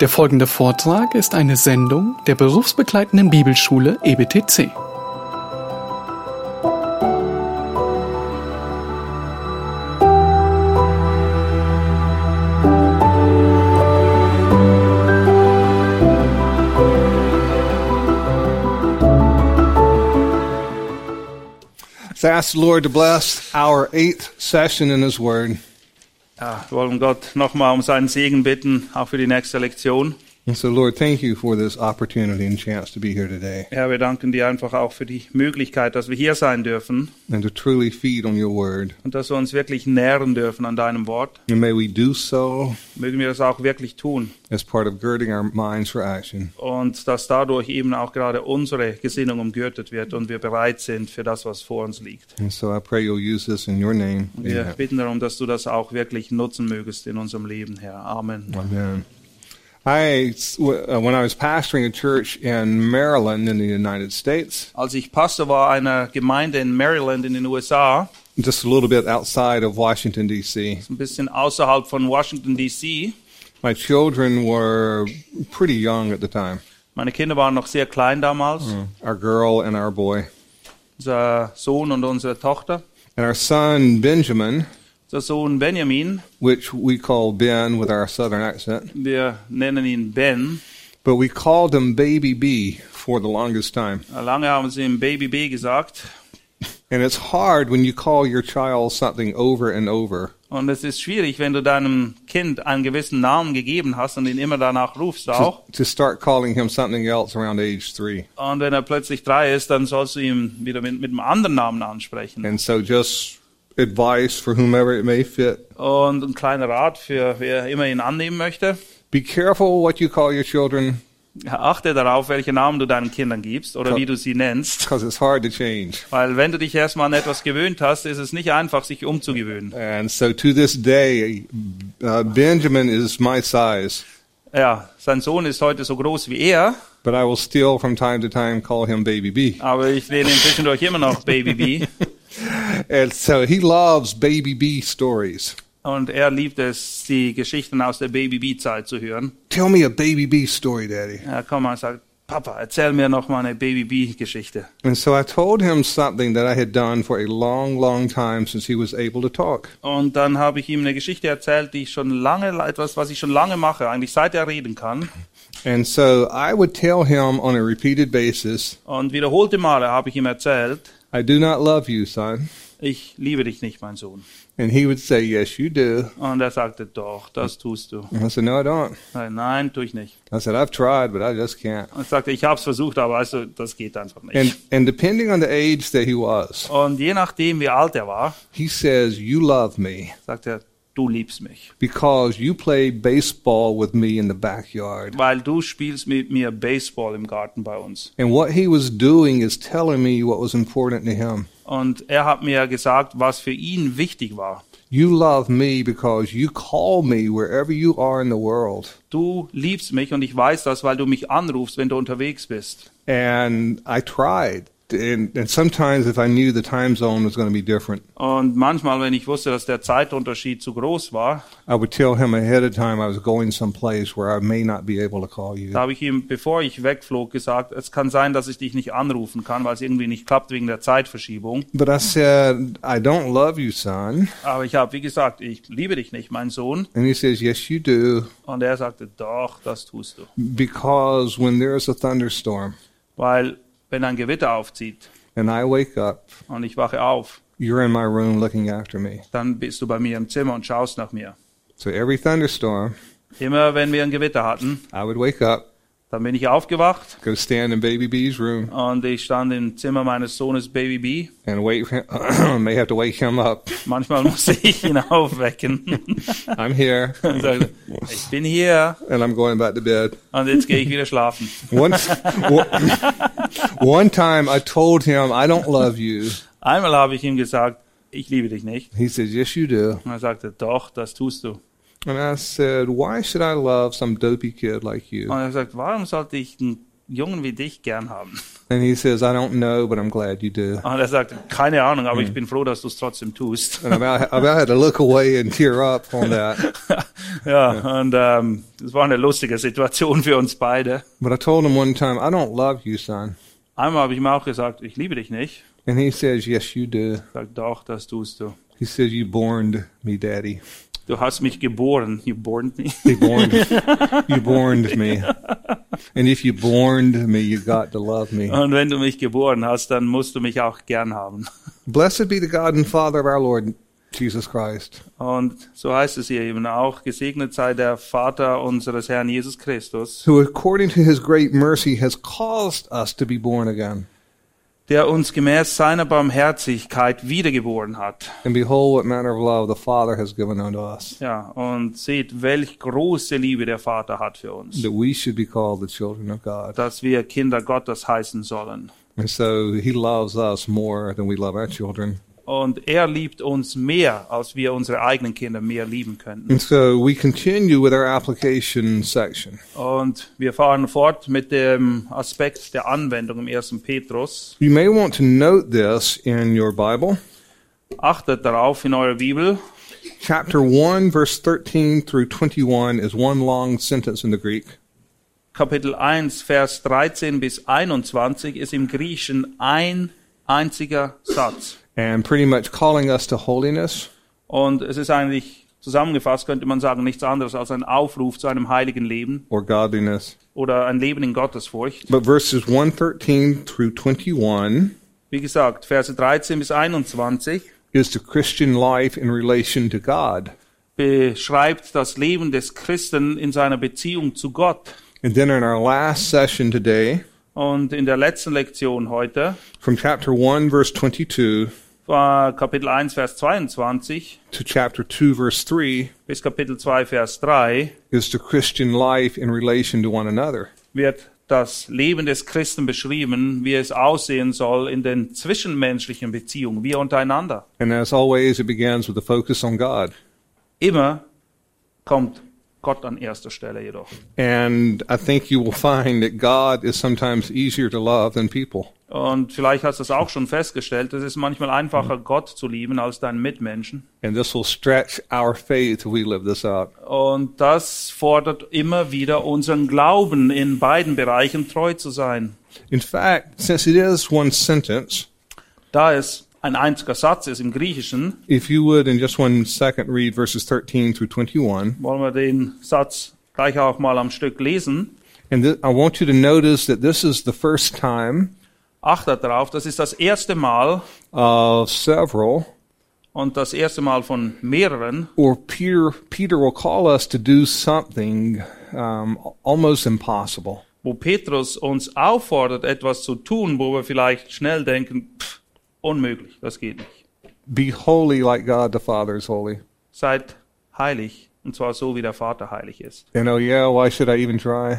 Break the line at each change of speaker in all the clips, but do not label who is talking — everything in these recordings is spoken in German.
Der folgende Vortrag ist eine Sendung der berufsbegleitenden Bibelschule E EBTC.
Let's ask the Lord to bless our eighth session in His Word.
Ja, wir wollen Gott nochmal um seinen Segen bitten, auch für die nächste Lektion.
And so, Lord, thank you for this opportunity and chance to be here today
Herr, wir danken dir einfach auch für die Möglichkeit, dass wir hier sein dürfen
and to truly feed on your Word.
und dass wir uns wirklich nähren dürfen an deinem Wort.
And may we do so
Mögen wir das auch wirklich tun
as part of girding our minds for action.
und dass dadurch eben auch gerade unsere Gesinnung umgürtet wird und wir bereit sind für das, was vor uns liegt.
And so, I pray you'll use this in your name.
Wir bitten darum, dass du das auch wirklich nutzen mögest in unserem Leben, Herr. Amen.
Amen. I, uh, when I was pastoring a church in Maryland in the United States,
Als ich Pastor war einer Gemeinde in Maryland in den USA,
just a little bit outside of Washington, D.C.,
ein bisschen außerhalb von Washington, D.C.,
my children were pretty young at the time
meine Kinder waren noch sehr klein damals.
our girl and our boy.
unser Sohn und unsere Tochter.
And our son Benjamin,
Unser Sohn Benjamin,
which we call Ben with our southern accent,
wir nennen ihn Ben.
but we called him Baby B for the longest time.
Lange haben sie ihm Baby B gesagt.
And it's hard when you call your child something over and over.
Und es ist schwierig, wenn du deinem Kind einen gewissen Namen gegeben hast und ihn immer danach rufst
To,
auch.
to start calling him something else around age three.
Und wenn er plötzlich drei ist, dann sollst du ihn wieder mit, mit einem anderen Namen ansprechen.
And so, just advice for whomever it may fit
Und ein kleiner Rat für wer immer ihn annehmen möchte.
be careful what you call your children
Achte darauf, welche Namen du deinen Kindern gibst oder
Klar.
wie du sie nennst.
because it's hard to change.
Weil wenn du dich erstmal an etwas gewöhnt hast, ist es nicht einfach, sich umzugewöhnen.
And so, to this day, uh, Benjamin is my size,
Ja, sein Sohn ist heute so groß wie er,
but I will still from time to time call him Baby B.
aber ich nenne ihn zwischendurch immer noch Baby B.
And so he loves Baby B stories.
Und er liebt es, die Geschichten aus der Baby B-Zeit zu hören.
Tell me a Baby B story, Daddy.
Er kommt mal und sagt, Papa, erzähl mir noch mal eine Baby B-Geschichte.
And so I told him something that I had done for a long, long time since he was able to talk.
Und dann habe ich ihm eine Geschichte erzählt, die ich schon lange, etwas, was ich schon lange mache, eigentlich seit er reden kann.
And so I would tell him on a repeated basis,
Und wiederholte Male habe ich ihm erzählt,
I do not love you, son.
ich liebe dich nicht, mein Sohn.
And he would say, Yes, you do.
Und er sagte, doch, das tust du.
And I said, No, I don't.
Nein, nein, tue ich nicht.
I said, I've tried, but I just can't.
Und er sagte, ich habe es versucht, aber also, das geht einfach nicht.
And, and depending on the age that he was,
Und je nachdem, wie alt er war,
he says, You love me
sagt er, du liebst mich,
because you played baseball with me in the backyard.
weil du spielst mit mir Baseball im Garten bei uns.
And what he was doing is telling me what was important to him.
Und er hat mir gesagt, was für ihn wichtig war.
You love me because you call me wherever you are in the world.
Du liebst mich und ich weiß das, weil du mich anrufst, wenn du unterwegs bist.
And I tried. And, and sometimes, if I knew the time zone was going to be different,
Und manchmal, wenn ich wusste, dass der Zeitunterschied zu groß war,
I would tell him ahead of time I was going someplace where I may not be able to call you.
da habe ich ihm, bevor ich wegflog, gesagt, es kann sein, dass ich dich nicht anrufen kann, weil es irgendwie nicht klappt wegen der Zeitverschiebung.
But I said, I don't love you, son.
Aber ich habe, wie gesagt, ich liebe dich nicht, mein Sohn.
And he says, Yes, you do.
Und er sagte, doch, das tust du.
Because when there is a thunderstorm
Weil, wenn ein Gewitter aufzieht,
and I wake up,
und ich wache auf,
you're in my room looking after me.
dann bist du bei mir im Zimmer und schaust nach mir.
So every thunderstorm,
Immer wenn wir ein Gewitter hatten,
I would wake up.
dann bin ich aufgewacht
go stand in baby B's room
und ich stand im Zimmer meines Sohnes Baby B.
and wait for him. may have to wake him up
Manchmal musste ich ihn aufwecken.
i'm here
Und sagte, ich bin hier
and i'm going back to bed
und jetzt gehe ich wieder schlafen.
once one- one time i told him i don't love you
Einmal habe ich ihm gesagt, ich liebe dich nicht.
he said yes you do
Und er sagte, doch, das tust du.
and i said why should i love some dopey kid like you
Und er sagt, warum sollte ich einen Jungen wie dich gern haben?
and he says i don't know but i'm glad you do
Und er sagte, keine Ahnung, aber ich bin froh, dass du es trotzdem tust.
and I about, I about had to look away and tear up on that.
Ja, und ähm, das war eine lustige Situation für uns beide.
But I told him one time, I don't love you, son.
Einmal habe ich ihm auch gesagt, ich liebe dich nicht.
And he says, Yes, you do.
Sagt doch, das tust du.
He says, You borned me, daddy.
Du hast mich geboren. You born me.
He borned, you borned me. And if you borned me, you got to love me.
Und wenn du mich geboren hast, dann musst du mich auch gern haben.
Blessed be the God and Father of our Lord Jesus Christ,
Und so heißt es hier eben auch, gesegnet sei der Vater unseres Herrn Jesus Christus,
who according to his great mercy has caused us to be born again.
der uns gemäß seiner Barmherzigkeit wiedergeboren hat.
And behold, what manner of love the Father has given unto us,
Ja, und seht, welch große Liebe der Vater hat für uns,
that we should be called the children of God.
dass wir Kinder Gottes heißen sollen.
And so he loves us more than we love our children.
Und er liebt uns mehr, als wir unsere eigenen Kinder mehr lieben könnten.
And so we continue with our application section.
Und wir fahren fort mit dem Aspekt der Anwendung im 1. Petrus.
You may want to note this in your Bible.
Achtet darauf in eurer Bibel.
Chapter 1, verse 13 through 21 is one long sentence in the Greek.
Kapitel 1, Vers 13 bis 21 ist im Griechen ein einziger Satz.
and pretty much calling us to holiness.
Und es ist eigentlich zusammengefasst, könnte man sagen, nichts anderes als ein Aufruf zu einem heiligen Leben
or godliness.
oder ein Leben in Gottesfurcht.
But verses 113 through 21
Wie gesagt, Verse 13 bis 21
is the Christian life in relation to God.
beschreibt das Leben des Christen in seiner Beziehung zu Gott.
And then in our last session today,
Und in der letzten Lektion heute,
from chapter 1, verse 22
war Kapitel 1, Vers 22
to chapter 2, verse 3,
bis Kapitel 2, Vers 3,
is the Christian life in relation to one another.
wird das Leben des Christen beschrieben, wie es aussehen soll in den zwischenmenschlichen Beziehungen, wir untereinander.
And as always, it begins with a focus on God.
Immer kommt Gott an erster Stelle jedoch.
And I think you will find that God is sometimes easier to love than people.
Und vielleicht hast du es auch schon festgestellt, es ist manchmal einfacher, Gott zu lieben als deinen Mitmenschen.
And this will stretch our faith if we live this out.
Und das fordert immer wieder unseren Glauben, in beiden Bereichen treu zu sein.
In fact, since it is one sentence,
Da es ein einziger Satz ist im Griechischen,
if you would, in just one second, read verses 13 through 21.
wollen wir den Satz gleich auch mal am Stück lesen.
And th- I want you to notice that this is the first time
Achtet darauf, das ist das erste Mal
of uh, several,
und das erste Mal von mehreren,
or Peter, Peter will call us to do something um, almost impossible.
wo Petrus uns auffordert, etwas zu tun, wo wir vielleicht schnell denken, pff, unmöglich, das geht nicht.
Be holy like God the Father is holy.
Seid heilig, und zwar so, wie der Vater heilig ist.
And oh, yeah, why should I even try?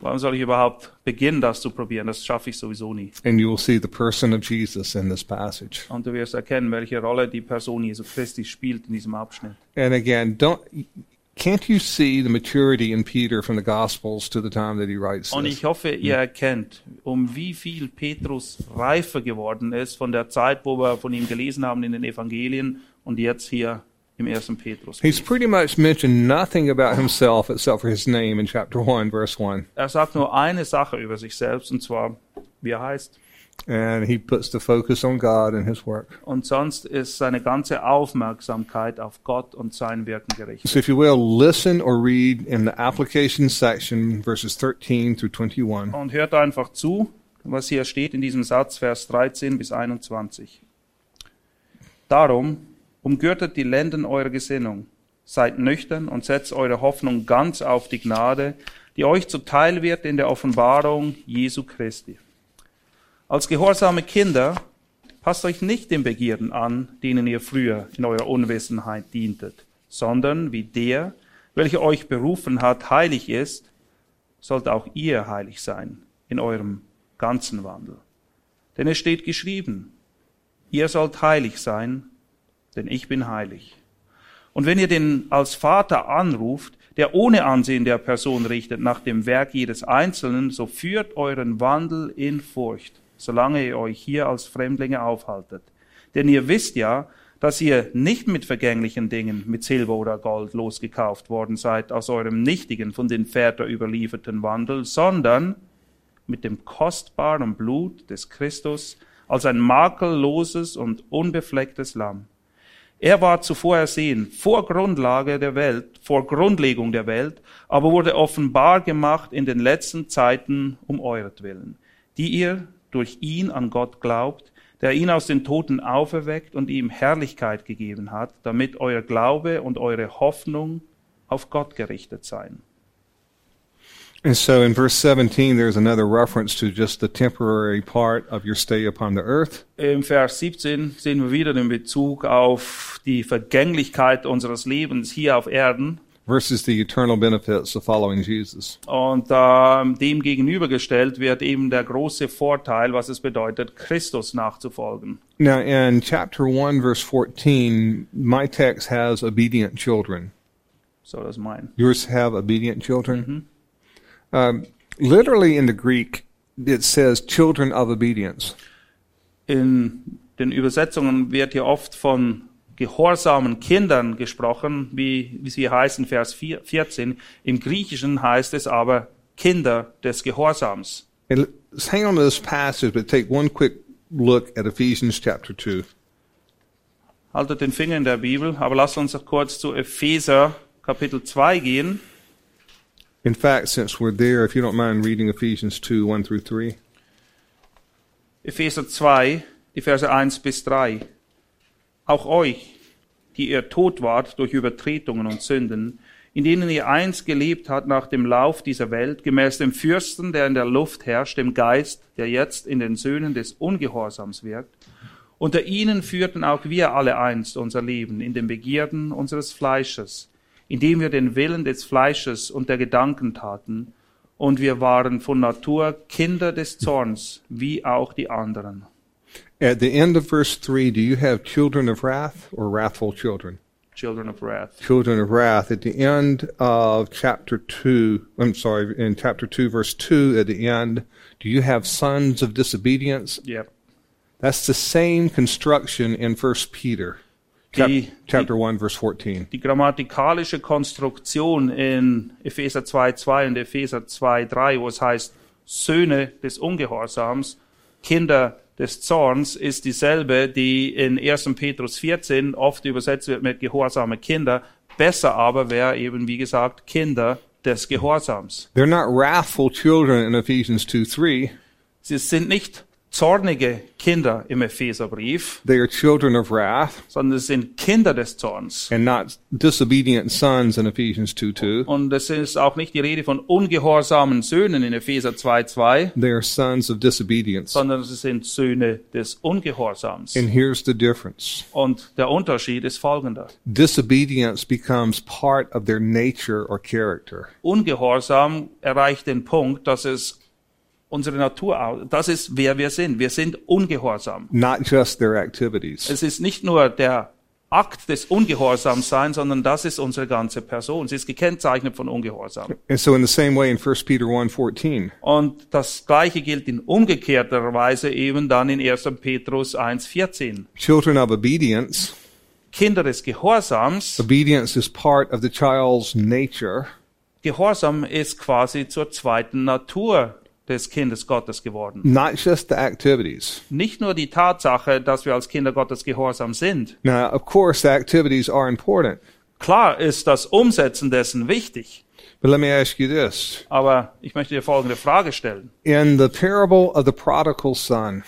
Warum soll ich überhaupt beginnen, das zu probieren? Das schaffe ich sowieso nie.
And you will see the person of Jesus in this passage.
Und du wirst erkennen, welche Rolle die Person Jesu Christi spielt in diesem Abschnitt.
And again, don't. Can't you see the maturity in Peter from the Gospels to the time that he writes
Und
this?
ich hoffe, ihr erkennt, um wie viel Petrus reifer geworden ist von der Zeit, wo wir von ihm gelesen haben in den Evangelien und jetzt hier im ersten Petrus.
He's pretty much mentioned nothing about himself except for his name in chapter 1, verse 1.
Er sagt nur eine Sache über sich selbst und zwar, wie er heißt.
And he puts the focus on God and his work.
Und sonst ist seine ganze Aufmerksamkeit auf Gott und sein Wirken gerichtet.
So, if you will, listen or read in the application section, verses 13 through 21.
Und hört einfach zu, was hier steht in diesem Satz, Vers 13 bis 21. Darum umgürtet die Lenden eurer Gesinnung, seid nüchtern und setzt eure Hoffnung ganz auf die Gnade, die euch zuteil wird in der Offenbarung Jesu Christi. Als gehorsame Kinder passt euch nicht den Begierden an, denen ihr früher in eurer Unwissenheit dientet, sondern wie der, welcher euch berufen hat, heilig ist, sollt auch ihr heilig sein in eurem ganzen Wandel. Denn es steht geschrieben, ihr sollt heilig sein, denn ich bin heilig. Und wenn ihr den als Vater anruft, der ohne Ansehen der Person richtet nach dem Werk jedes Einzelnen, so führt euren Wandel in Furcht, solange ihr euch hier als Fremdlinge aufhaltet. Denn ihr wisst ja, dass ihr nicht mit vergänglichen Dingen, mit Silber oder Gold losgekauft worden seid aus eurem nichtigen, von den Vätern überlieferten Wandel, sondern mit dem kostbaren Blut des Christus als ein makelloses und unbeflecktes Lamm. Er war zuvor ersehen, vor Grundlage der Welt, vor Grundlegung der Welt, aber wurde offenbar gemacht in den letzten Zeiten um euretwillen, die ihr durch ihn an Gott glaubt, der ihn aus den Toten auferweckt und ihm Herrlichkeit gegeben hat, damit euer Glaube und eure Hoffnung auf Gott gerichtet seien.
And so in verse 17, there's another reference to just the temporary part of your stay upon the earth.
Im Vers 17 sehen wir wieder den Bezug auf die Vergänglichkeit unseres Lebens hier auf Erden
versus the eternal benefits of following Jesus.
und ähm, dem gegenübergestellt wird eben der große Vorteil, was es bedeutet, Christus nachzufolgen.
Now, in chapter 1, verse 14, my text has obedient children.
So das mein.
Yours have obedient children? Um, literally in the Greek, it says children of obedience.
In den Übersetzungen wird hier oft von gehorsamen Kindern gesprochen, wie, wie sie heißen, Vers 4, 14. Im Griechischen heißt es aber Kinder des Gehorsams.
And let's hang on to this passage, but take one quick look at Ephesians chapter 2.
Haltet den Finger in der Bibel, aber lasst uns noch kurz zu Epheser Kapitel 2 gehen.
In fact, since we're there, if you don't mind reading Ephesians 2, 1 through 3.
Epheser 2, die Verse 1 bis 3. Auch euch, die ihr tot wart durch Übertretungen und Sünden, in denen ihr einst gelebt habt nach dem Lauf dieser Welt, gemäß dem Fürsten, der in der Luft herrscht, dem Geist, der jetzt in den Söhnen des Ungehorsams wirkt. Unter ihnen führten auch wir alle einst unser Leben in den Begierden unseres Fleisches, indem wir den Willen des Fleisches und der Gedanken taten, und wir waren von Natur Kinder des Zorns, wie auch die anderen.
At the end of verse 3, do you have children of wrath or wrathful children?
Children of Wrath.
Children of wrath. At the end of chapter 2, I'm sorry, in chapter 2, verse 2, at the end, do you have sons of disobedience?
Yep.
That's the same construction in First Peter, chap-
The-
chapter 1, verse 14.
die grammatikalische Konstruktion in Epheser 2.2 und Epheser 2.3, wo es heißt Söhne des Ungehorsams, Kinder des Zorns, ist dieselbe, die in 1. Petrus 14 oft übersetzt wird mit gehorsame Kinder. Besser aber wäre eben, wie gesagt, Kinder des Gehorsams.
They're not wrathful children in Ephesians 2, 3.
Sie sind nicht zornige Kinder im Epheserbrief,
They are children of wrath
sondern es sind Kinder des Zorns.
and not disobedient sons in Ephesians 2, 2.
Und es ist auch nicht die Rede von ungehorsamen Söhnen in Epheser 2.2,
They are sons of disobedience.
sondern sie sind Söhne des Ungehorsams.
And here's the difference.
Und der Unterschied ist folgender.
disobedience becomes part of their nature or character.
Ungehorsam erreicht den Punkt, dass es unsere Natur, au- das ist wer wir sind. Wir sind ungehorsam.
Not just their activities.
Es ist nicht nur der Akt des Ungehorsamseins, sondern das ist unsere ganze Person. Sie ist gekennzeichnet von Ungehorsam.
And so in the same way in 1 Peter 1:14,
Und das Gleiche gilt in umgekehrter Weise eben dann in 1. Petrus 1,14.
children of obedience,
Kinder des Gehorsams,
obedience is part of the child's nature.
Gehorsam ist quasi zur zweiten Natur des Kindes Gottes geworden.
Not just the activities.
Nicht nur die Tatsache, dass wir als Kinder Gottes gehorsam sind.
Now, of course, the activities are important.
Klar ist das Umsetzen dessen wichtig,
But let me ask you this.
aber ich möchte dir folgende Frage stellen.
In the parable of the prodigal son,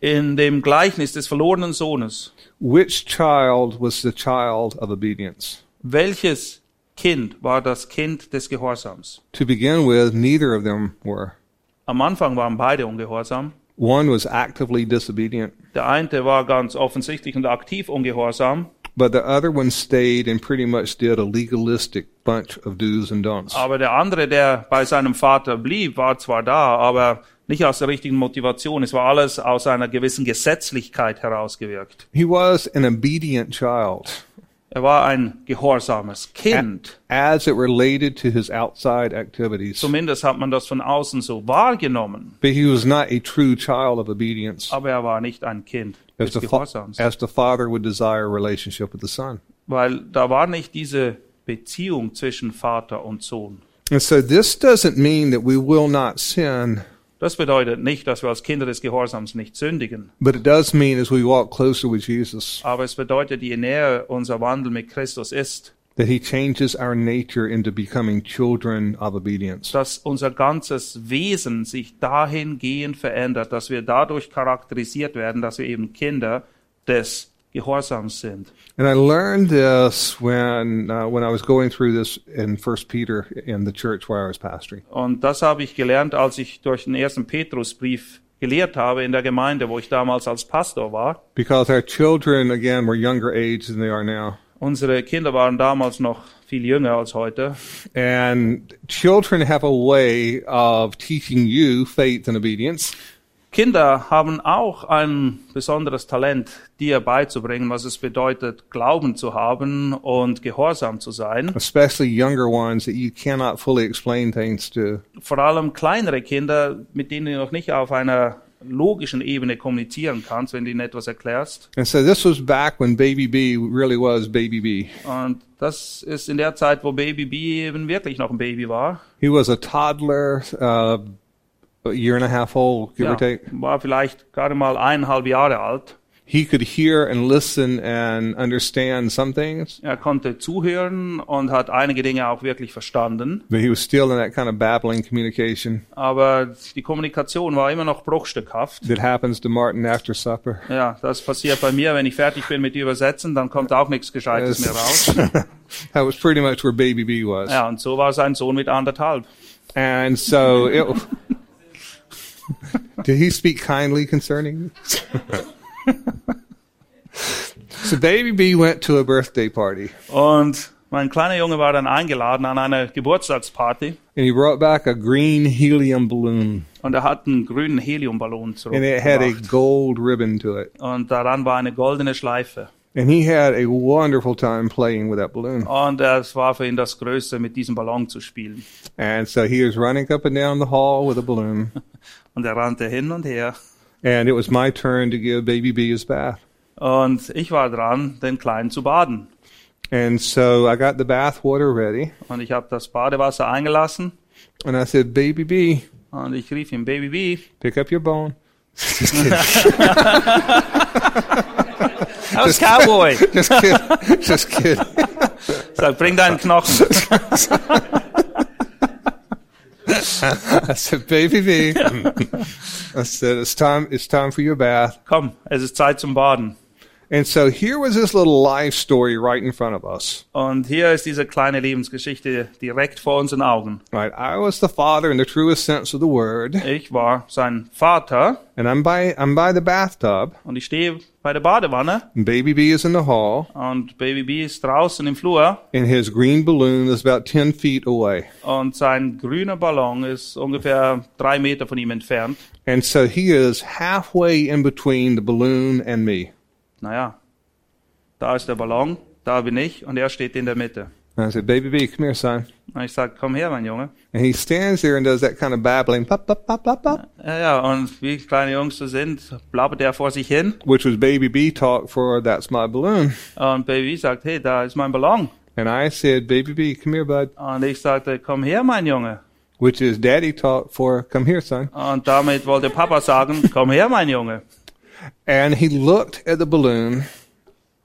In dem Gleichnis des verlorenen Sohnes,
which child was the child of obedience?
welches Kind war das Kind des Gehorsams?
To begin with, neither of them were.
Am Anfang waren beide ungehorsam.
One was actively disobedient,
Der eine war ganz offensichtlich und aktiv ungehorsam,
But the other one stayed and pretty much did a legalistic bunch of do's and don'ts.
Aber der andere, der bei seinem Vater blieb, war zwar da, aber nicht aus der richtigen Motivation. Es war alles aus einer gewissen Gesetzlichkeit herausgewirkt.
He was an obedient child.
Er war ein gehorsames Kind.
as it related to his outside activities.
Zumindest hat man das von außen so wahrgenommen.
But he was not a true child of obedience,
Aber er war nicht ein Kind
as
des
the, fa-
Gehorsams.
as the father would desire a relationship with the son.
Weil da war nicht diese Beziehung zwischen Vater und Sohn.
And so this doesn't mean that we will not sin,
Das bedeutet nicht, dass wir als Kinder des Gehorsams nicht sündigen.
but it does mean as we walk closer with Jesus
Aber es bedeutet, je näher unser Wandel mit Christus ist,
that he changes our nature into becoming children of obedience.
dass unser ganzes Wesen sich dahingehend verändert, dass wir dadurch charakterisiert werden, dass wir eben Kinder des Gehorsams sind.
And I learned this when uh, when I was going through this in First Peter in the church where I was pastoring.
Und das habe ich gelernt, als ich durch den ersten Petrusbrief gelehrt habe in der Gemeinde, wo ich damals als Pastor war.
Because our children again were younger age than they are now.
Unsere Kinder waren damals noch viel jünger als heute.
And children have a way of teaching you faith and obedience.
Kinder haben auch ein besonderes Talent, dir beizubringen, was es bedeutet, Glauben zu haben und gehorsam zu sein.
especially younger ones that you cannot fully explain things to.
Vor allem kleinere Kinder, mit denen du noch nicht auf einer logischen Ebene kommunizieren kannst, wenn du ihnen etwas erklärst.
And so this was back when Baby B really was Baby B.
Und das ist in der Zeit, wo Baby B eben wirklich noch ein Baby war.
He was a toddler, uh, a year and a half old, give
Ja,
or take.
war vielleicht gerade mal eineinhalb Jahre alt.
He could hear and listen and understand some things,
Er konnte zuhören und hat einige Dinge auch wirklich verstanden.
but he was still in that kind of babbling communication
Aber die Kommunikation war immer noch bruchstückhaft.
that happens to Martin after supper.
Ja, das passiert bei mir, wenn ich fertig bin mit Übersetzen, dann kommt auch nichts Gescheites mehr raus.
that was pretty much where Baby B was.
Ja, und so war sein Sohn mit anderthalb.
And so it. Did he speak kindly concerning you? so baby B went to a birthday party
Und mein kleiner Junge war dann eingeladen an eine Geburtstagsparty
and he brought back a green helium balloon
und er hat einen grünen Heliumballon
and it had a
zurückgebracht.
gold ribbon to it.
Und daran war eine goldene Schleife.
And he had a wonderful time playing with that balloon.
Und es war für ihn das Größte, mit diesem Ballon zu spielen.
And so he was running up and down the hall with a balloon.
Und er rannte hin und her.
And it was my turn to give baby B his bath.
Und ich war dran, den Kleinen zu baden.
And so I got the bath water ready
Und ich habe das Badewasser eingelassen
and I said, Baby B,
und ich rief ihm, Baby B,
pick up your bone.
aus Cowboy.
Just kidding. Just kidding.
Sag, bring deinen Knochen.
I said, "Baby V." I said, "It's time. It's time for your bath."
Komm, es ist Zeit zum Baden.
And so here was this little life story right in front of us.
Und hier ist diese kleine Lebensgeschichte direkt vor unseren Augen.
Right, I was the father in the truest sense of the word,
Ich war sein Vater
and I'm by I'm by the bathtub.
und ich stehe bei der Badewanne
And Baby B is in the hall,
und Baby B ist draußen im Flur
and his green balloon is about ten feet away.
und sein grüner Ballon ist ungefähr drei Meter von ihm entfernt.
And so he is halfway in between the balloon and me.
Naja, da ist der Ballon, da bin ich und er steht in der Mitte.
And I said, "Baby B, come here, son."
Und ich sage, komm her, mein Junge.
And he stands there and does that kind of babbling, pop, pop, pop, pop, pop,
Ja, ja, und wie kleine Jungs so sind, blabbert er vor sich hin
which was Baby B talk for "That's my balloon."
und Baby B sagt, hey, da ist mein Ballon.
And I said, Baby B, come here, bud,
Und ich sagte, komm her, mein Junge.
which is daddy talk for come here, son.
Und damit wollte Papa sagen, komm her, mein Junge.
And he looked at the balloon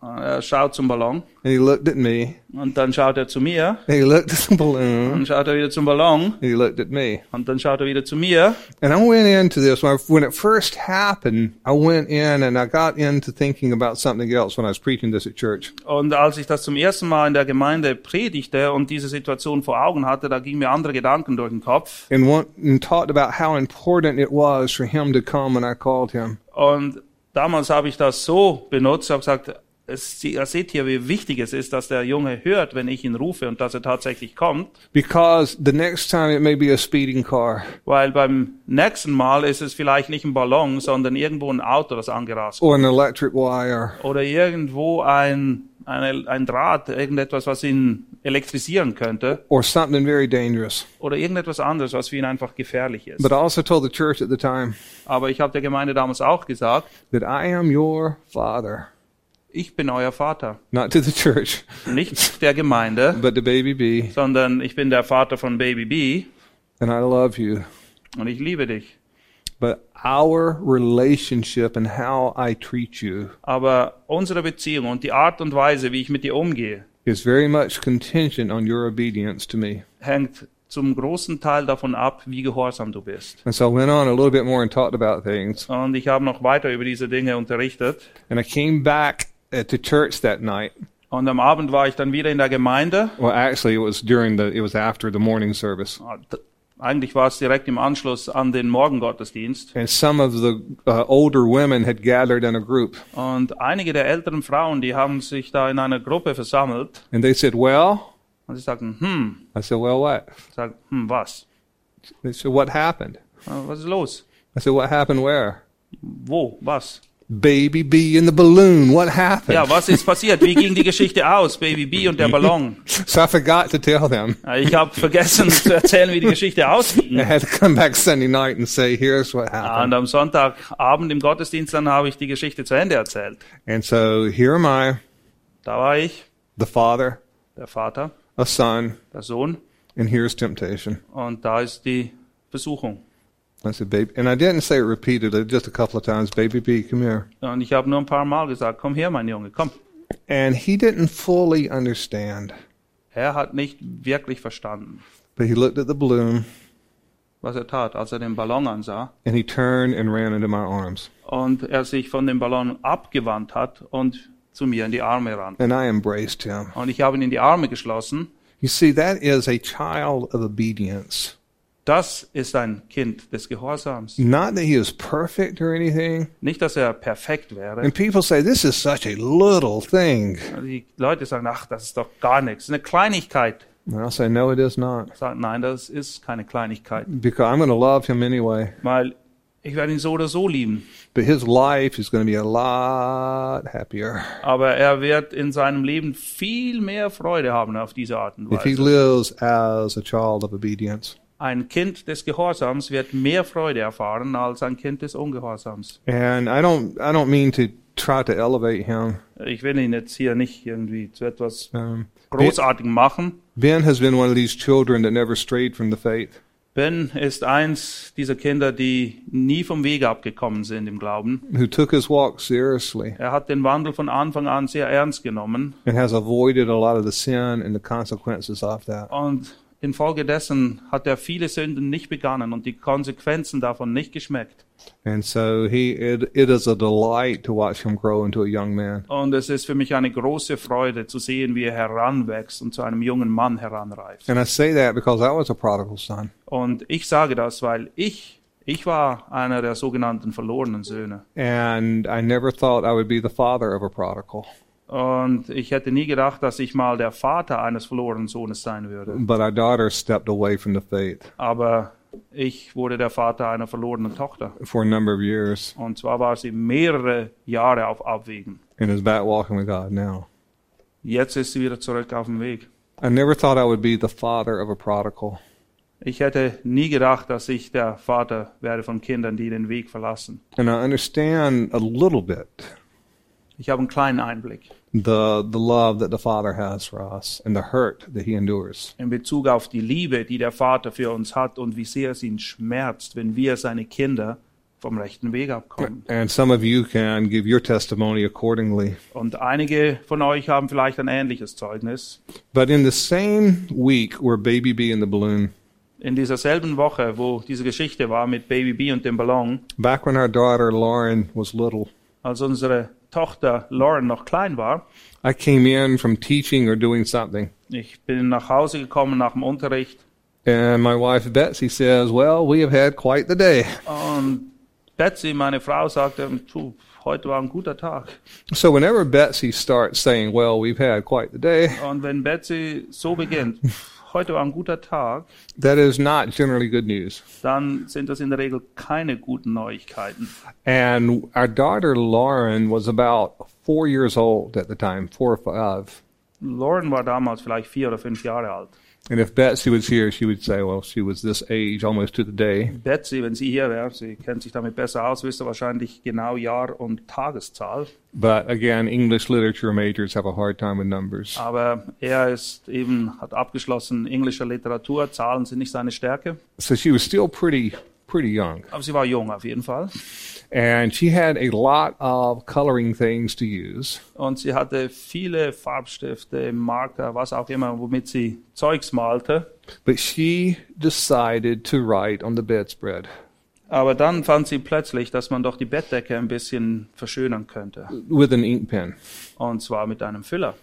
Und er schaut zum Ballon
and he looked at me
und dann schaut er zu mir
and he looked at the balloon
und schaut er wieder zum Ballon
and he looked at me.
und dann schaut er wieder zu mir.
And I went into this when, I, when it first happened, I went in and I got into thinking about something else when I was preaching this at church.
Und als ich das zum ersten Mal in der Gemeinde predigte und diese Situation vor Augen hatte, da gingen mir andere Gedanken durch den Kopf
And, one, and talked about how important it was for him to come when I called him.
und damals habe ich das so benutzt, habe gesagt, es, ihr seht hier, wie wichtig es ist, dass der Junge hört, wenn ich ihn rufe und dass er tatsächlich kommt.
Because the next time it may be a speeding car
Weil beim nächsten Mal ist es vielleicht nicht ein Ballon, sondern irgendwo ein Auto, das angerast wird.
or an electric wire.
Oder irgendwo ein, ein, ein Draht, irgendetwas, was ihn elektrisieren könnte.
or something very dangerous.
Oder irgendetwas anderes, was für ihn einfach gefährlich ist.
But I also told the church at the time
Aber ich habe der Gemeinde damals auch gesagt,
that I am your father,
ich bin euer Vater.
not to the church,
Nicht der Gemeinde,
but to baby B,
sondern ich bin der Vater von Baby B
and I love you.
und ich liebe dich.
But our relationship and how I treat you
Aber unsere Beziehung und die Art und Weise, wie ich mit dir umgehe,
is very much contingent on your obedience to me.
hängt zum großen Teil davon ab, wie gehorsam du bist.
And so I went on a little bit more and talked about things.
Und ich habe noch weiter über diese Dinge unterrichtet.
And I came back at the church that night.
Und am Abend war ich dann wieder in der Gemeinde.
Well, actually, it was during the, it was after the morning service.
Eigentlich war es direkt im Anschluss an den Morgengottesdienst.
And some of the uh, older women had gathered in a group.
Und einige der älteren Frauen, die haben sich da in einer Gruppe versammelt.
And they said, Well,
Und sie sagten, hm,
I said, Well, what?
ich sag, hm, was?
They said, What happened?
Äh, Was ist los?
I said, What happened where?
Wo? Was?
Baby B in the balloon. What happened?
Ja, was ist passiert? Wie ging die Geschichte aus? Baby B und der Ballon.
So I forgot to tell them.
Äh, Ich habe vergessen zu erzählen, wie die Geschichte ausging.
I had to come back Sunday night and say, Here's what
Ja,
happened.
Und am Sonntagabend im Gottesdienst dann habe ich die Geschichte zu Ende erzählt.
And so here am I,
Da war ich,
the father,
der Vater,
a son,
der Sohn
and here's temptation.
und da ist die Versuchung.
I said, Baby. And I didn't say it repeatedly, just a couple of times, Baby B, come here.
Und ich habe nur ein paar Mal gesagt, komm her, mein Junge, komm.
And he didn't fully understand,
Er hat nicht wirklich verstanden,
but he looked at the balloon
was er tat, als er den Ballon ansah
and he turned and ran into my arms.
und er sich von dem Ballon abgewandt hat und zu mir in die Arme ran.
And I embraced him.
Und ich habe ihn in die Arme geschlossen.
You see, that is a child of obedience.
Das ist ein Kind des Gehorsams.
Not that he is perfect or anything.
Nicht, dass er perfekt wäre.
And people say, this is such a little thing.
Die Leute sagen, ach, das ist doch gar nichts. Eine Kleinigkeit.
And I'll say, no, it is not.
sagt, nein, das ist keine Kleinigkeit,
Because I'm going to love him anyway.
weil ich werde ihn so oder so lieben.
But his life is going to be a lot happier
Aber er wird in seinem Leben viel mehr Freude haben auf diese Art und
if he
Weise.
lives as a child of obedience.
Ein Kind des Gehorsams wird mehr Freude erfahren als ein Kind des Ungehorsams.
And I don't, I don't mean to try to elevate him.
Ich will ihn jetzt hier nicht irgendwie zu etwas
Um,
Großartigem machen.
ben has been one of these children that never strayed from the faith.
Ben ist eins dieser Kinder, die nie vom Wege abgekommen sind im Glauben.
Who took his walk seriously
Er hat den Wandel von Anfang an sehr ernst genommen
and has avoided a lot of the sin and the consequences of that.
Und infolgedessen hat er viele Sünden nicht begangen und die Konsequenzen davon nicht geschmeckt.
And so he, it, it is a delight to watch him grow into a young man.
Und es ist für mich eine große Freude zu sehen, wie er heranwächst und zu einem jungen Mann heranreift.
And I say that because I was a prodigal son.
Und ich sage das, weil ich, ich war einer der sogenannten verlorenen Söhne.
And I never thought I would be the father of a prodigal,
Und ich hätte nie gedacht, dass ich mal der Vater eines verlorenen Sohnes sein würde.
but our daughter stepped away from the faith
Aber ich wurde der Vater einer verlorenen Tochter.
for a number of years
Und zwar war sie mehrere Jahre auf Abwägen.
and is back walking with God now.
Jetzt ist sie wieder zurück auf dem Weg.
I never thought I would be the father of a prodigal,
Ich hätte nie gedacht, dass ich der Vater werde von Kindern, die den Weg verlassen.
and I understand a little bit
Ich habe einen kleinen Einblick
the the love that the father has for us and the hurt that he endures.
in Bezug auf die Liebe, die der Vater für uns hat und wie sehr es ihn schmerzt, wenn wir seine Kinder vom rechten Weg abkommen.
And some of you can give your testimony accordingly.
Und einige von euch haben vielleicht ein ähnliches Zeugnis.
But in the same week where Baby B in the balloon,
In dieser selben Woche, wo diese Geschichte war mit Baby B und dem Ballon,
back when our daughter Lauren was little,
als unsere Tochter Lauren noch klein war,
I came in from teaching or doing something.
ich bin nach Hause gekommen nach dem Unterricht
And my wife Betsy says, Well, we have had quite the day.
Und Betsy, meine Frau, sagte, du, heute war ein guter Tag.
So whenever Betsy starts saying, well, we've had quite the day,
Und wenn Betsy so beginnt, "Pff, heute war ein guter Tag,
that is not generally good news.
dann sind das in der Regel keine guten Neuigkeiten.
And our daughter Lauren was about four years old at the time, four or five.
Lauren war damals vielleicht vier oder fünf Jahre alt.
And if Betsy was here, she would say, well, she was this age almost to the day.
Betsy, wenn sie hier wäre, sie kennt sich damit besser aus, wüsste wahrscheinlich genau Jahr und Tageszahl.
But again, English literature majors have a hard time with numbers.
Aber er ist eben, hat abgeschlossen englischer Literatur, Zahlen sind nicht seine Stärke.
So she was still pretty, pretty young.
Aber sie war jung auf jeden Fall.
And she had a lot of coloring things to use.
Und sie hatte viele Farbstifte, Marker, was auch immer, womit sie Zeugs malte.
But she decided to write on the bedspread.
Aber dann fand sie plötzlich, dass man doch die Bettdecke ein bisschen verschönern könnte.
with an ink pen.
Und zwar mit einem Füller.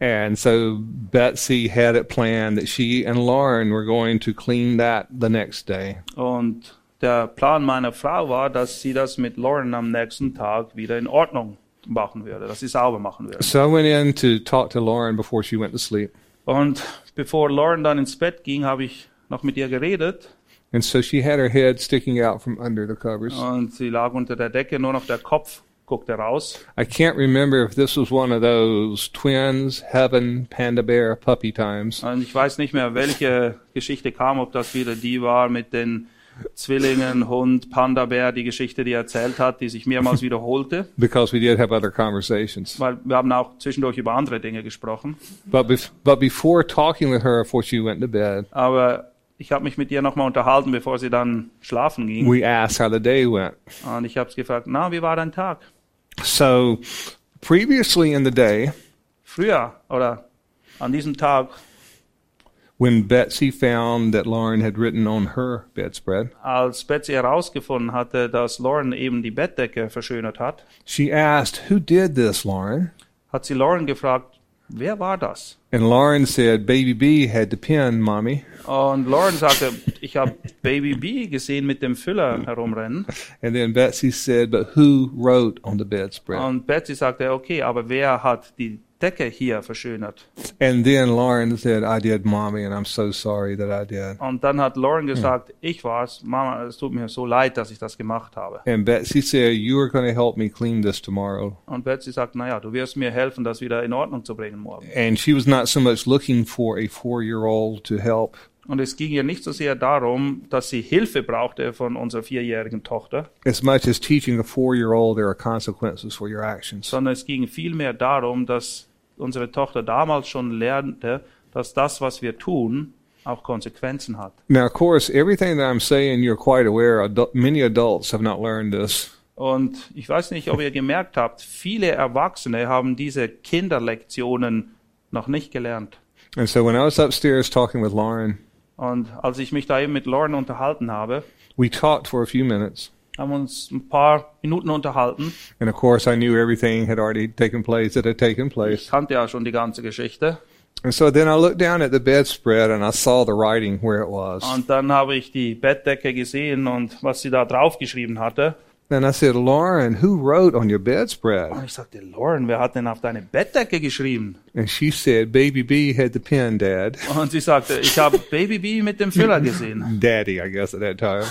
And so Betsy had it planned that she and Lauren were going to clean that the next day.
Und der Plan meiner Frau war, dass sie das mit Lauren am nächsten Tag wieder in Ordnung machen würde, dass sie sauber machen würde.
So I went in to talk to Lauren before she went to sleep.
Und bevor Lauren dann ins Bett ging, habe ich noch mit ihr geredet
And so she had her head sticking out from under the covers.
und sie lag unter der Decke, nur noch der Kopf guckte raus.
I can't remember if this was one of those twins, heaven, panda bear, puppy times.
Und ich weiß nicht mehr, welche Geschichte kam, ob das wieder die war mit den Zwillingen, Hund, Panda Bär, die Geschichte, die er erzählt hat, die sich mehrmals wiederholte,
Because we did have other conversations.
weil wir haben auch zwischendurch über andere Dinge gesprochen.
But, bef- but before talking with her, before she went to bed,
Aber ich habe mich mit ihr nochmal unterhalten, bevor sie dann schlafen ging.
we asked how the day went.
Und ich habe gefragt, na, wie war dein Tag?
So previously in the day,
Früher oder an diesem Tag,
When Betsy found that Lauren had written on her bedspread,
als Betsy herausgefunden hatte, dass Lauren eben die Bettdecke verschönert hat,
she asked, Who did this, Lauren?
hat sie Lauren gefragt, wer war das?
And Lauren said, Baby B had the pen, Mommy.
Und Lauren sagte, ich habe Baby B gesehen mit dem Füller herumrennen.
And then Betsy said, But who wrote on the bedspread?
Und Betsy sagte, okay, aber wer hat die Decke hier verschönert?
and then Lauren said, I did, Mommy, and I'm so sorry that I did.
Und dann hat Lauren gesagt, ich war's, Mama, es tut mir so leid, dass ich das gemacht habe.
And Betsy said, You are going to help me clean this tomorrow.
Und Betsy sagt, naja, du wirst mir helfen, das wieder in Ordnung zu bringen morgen.
And she was not so much looking for a four year old to help.
Und es ging ihr nicht so sehr darum, dass sie Hilfe brauchte von unserer vierjährigen Tochter,
As much as teaching a four year old there are consequences for your actions.
sondern es ging vielmehr darum, dass unsere Tochter damals schon lernte, dass das, was wir tun, auch Konsequenzen hat.
Now, of course, everything that I'm saying, you're quite aware. Adult, many adults have not learned this.
Und ich weiß nicht, ob ihr gemerkt habt, viele Erwachsene haben diese Kinderlektionen noch nicht gelernt.
And so, when I was upstairs talking with Lauren,
Und als ich mich da eben mit Lauren unterhalten habe,
we talked for a few minutes.
haben wir uns ein paar Minuten unterhalten.
And of course, I knew everything had already taken place that had taken
Ich
place.
kannte ja schon die ganze Geschichte.
And so then I looked down at the bedspread and I saw the writing where it was.
Und dann habe ich die Bettdecke gesehen und was sie da draufgeschrieben hatte.
And I said, Lauren, who wrote on your bedspread?
Und ich sagte, Lauren, wer hat denn auf deine Bettdecke geschrieben?
And she said, Baby B had the pen, Dad.
Und sie sagte, ich habe Baby B mit dem Füller gesehen.
Daddy, I guess, at that time.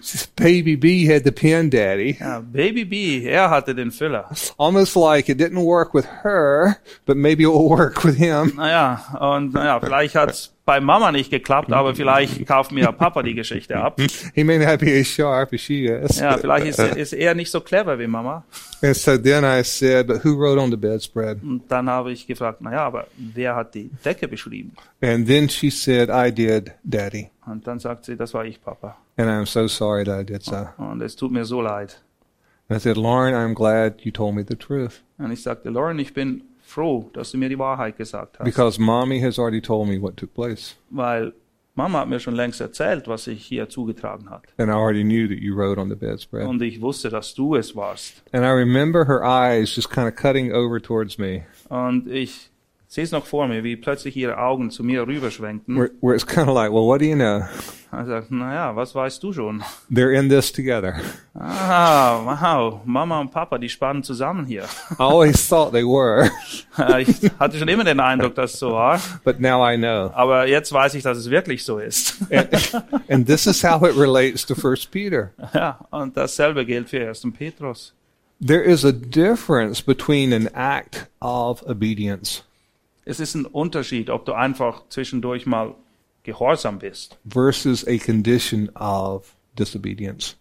she said, Baby B had the pen, Daddy.
Ja, Baby B, er hatte den Füller.
almost like it didn't work with her, but maybe it will work with him.
Naja, und naja, vielleicht hat's bei Mama nicht geklappt, aber vielleicht kauft mir Papa die Geschichte ab.
He may not be as sharp as she is.
Ja, vielleicht ist, ist er nicht so clever wie Mama.
And so then I said, but who wrote on the bedspread?
Und dann habe ich gefragt, naja, aber wer hat die Decke beschrieben?
And then she said, I did, Daddy.
Und dann sagt sie, das war ich, Papa.
And I'm so sorry that I did so.
Und es tut mir so leid.
And I said, Lauren, I'm glad you told me the truth
Und ich sagte, Lauren, ich bin froh, dass du mir die Wahrheit gesagt hast.
because mommy has already told me what took place.
Weil Mama hat mir schon längst erzählt, was sich hier zugetragen hat.
And I already knew that you wrote on the bedspread.
Und ich wusste, dass du es warst.
And I remember her eyes just kind of cutting over towards me.
Und ich Sehe es noch vor mir, wie plötzlich ihre Augen zu mir rüberschwenkten.
Where, where it's kind of like, well, what do you know?
Er sagt, naja, was weißt du schon?
They're in this together.
Ah, wow, Mama und Papa, die spannen zusammen hier. Äh,
I always thought they were,
Ich hatte schon immer den Eindruck, dass es so war,
but now I know.
aber jetzt weiß ich, dass es wirklich so ist.
And, and this is how it relates to First Peter.
Ja, und dasselbe gilt für 1. Petrus.
There is a difference between an act of obedience
Es ist ein Unterschied, ob du einfach zwischendurch mal gehorsam bist.
versus a condition of disobedience.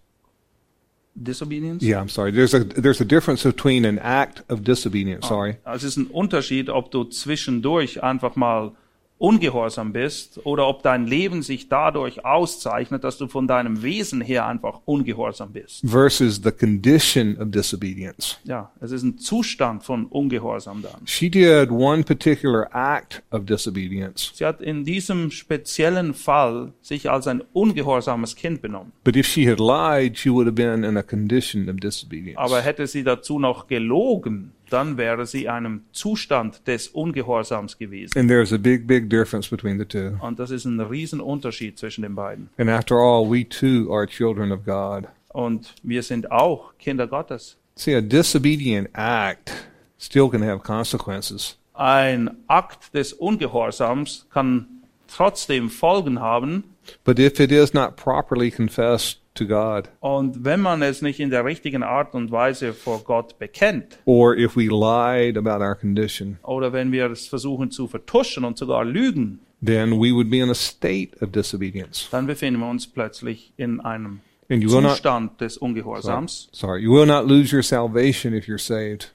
Disobedience?
Yeah, I'm sorry. There's a there's a difference between an act of disobedience. Sorry.
Also Es ist ein Unterschied, ob du zwischendurch einfach mal ungehorsam bist oder ob dein Leben sich dadurch auszeichnet, dass du von deinem Wesen her einfach ungehorsam bist.
versus the condition of disobedience.
Ja, es ist ein Zustand von Ungehorsam dann.
She did one particular act of disobedience,
Sie hat in diesem speziellen Fall sich als ein ungehorsames Kind benommen.
but if she had lied, she would have been in a condition of disobedience.
Aber hätte sie dazu noch gelogen, dann wäre sie einem Zustand des Ungehorsams gewesen.
and there's a big, big difference between the two.
Und das ist ein Riesenunterschied zwischen den beiden.
And after all, we too are children of God.
Und wir sind auch Kinder Gottes.
See, a disobedient act still can have consequences.
Ein Akt des Ungehorsams kann trotzdem Folgen haben.
But if it is not properly confessed to God,
Und wenn man es nicht in der richtigen Art und Weise vor Gott bekennt,
or if we lied about our condition,
oder wenn wir es versuchen zu vertuschen und sogar lügen,
then we would be in a state of disobedience.
dann befinden wir uns plötzlich in einem
And you will not
Zustand des Ungehorsams.
Sorry, you will not lose your salvation if you're saved,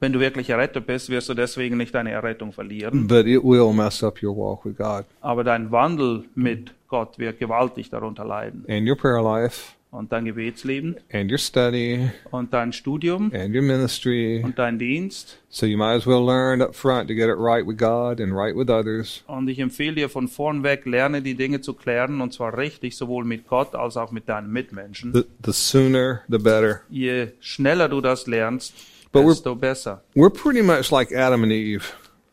Wenn du wirklich errettet bist, wirst du deswegen nicht deine Errettung verlieren,
but it will mess up your walk with God
aber dein Wandel mit Gott wird gewaltig darunter leiden.
and your prayer life
Und dein Gebetsleben
and your study
und dein Studium
and your ministry.
und dein Dienst.
So you might as well learn up front to get it right with God and right with others.
Und ich empfehle dir von vorn weg, lerne die Dinge zu klären und zwar richtig, sowohl mit Gott als auch mit deinen Mitmenschen.
The, the sooner, the better.
Je schneller du das lernst,
But we're-
desto besser.
We're pretty much like Adam and Eve,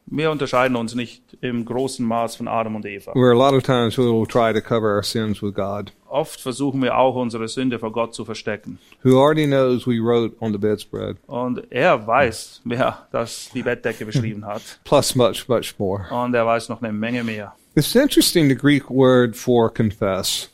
Wir unterscheiden uns nicht im großen Maß von Adam und Eva.
where a lot of times we will try to cover our sins with God,
Oft versuchen wir auch, unsere Sünde vor Gott zu verstecken.
who already knows we wrote on the bedspread,
Und er weiß, wer das die Bettdecke beschrieben hat.
plus much, much more.
Und er weiß noch eine Menge mehr.
It's interesting the Greek word for confess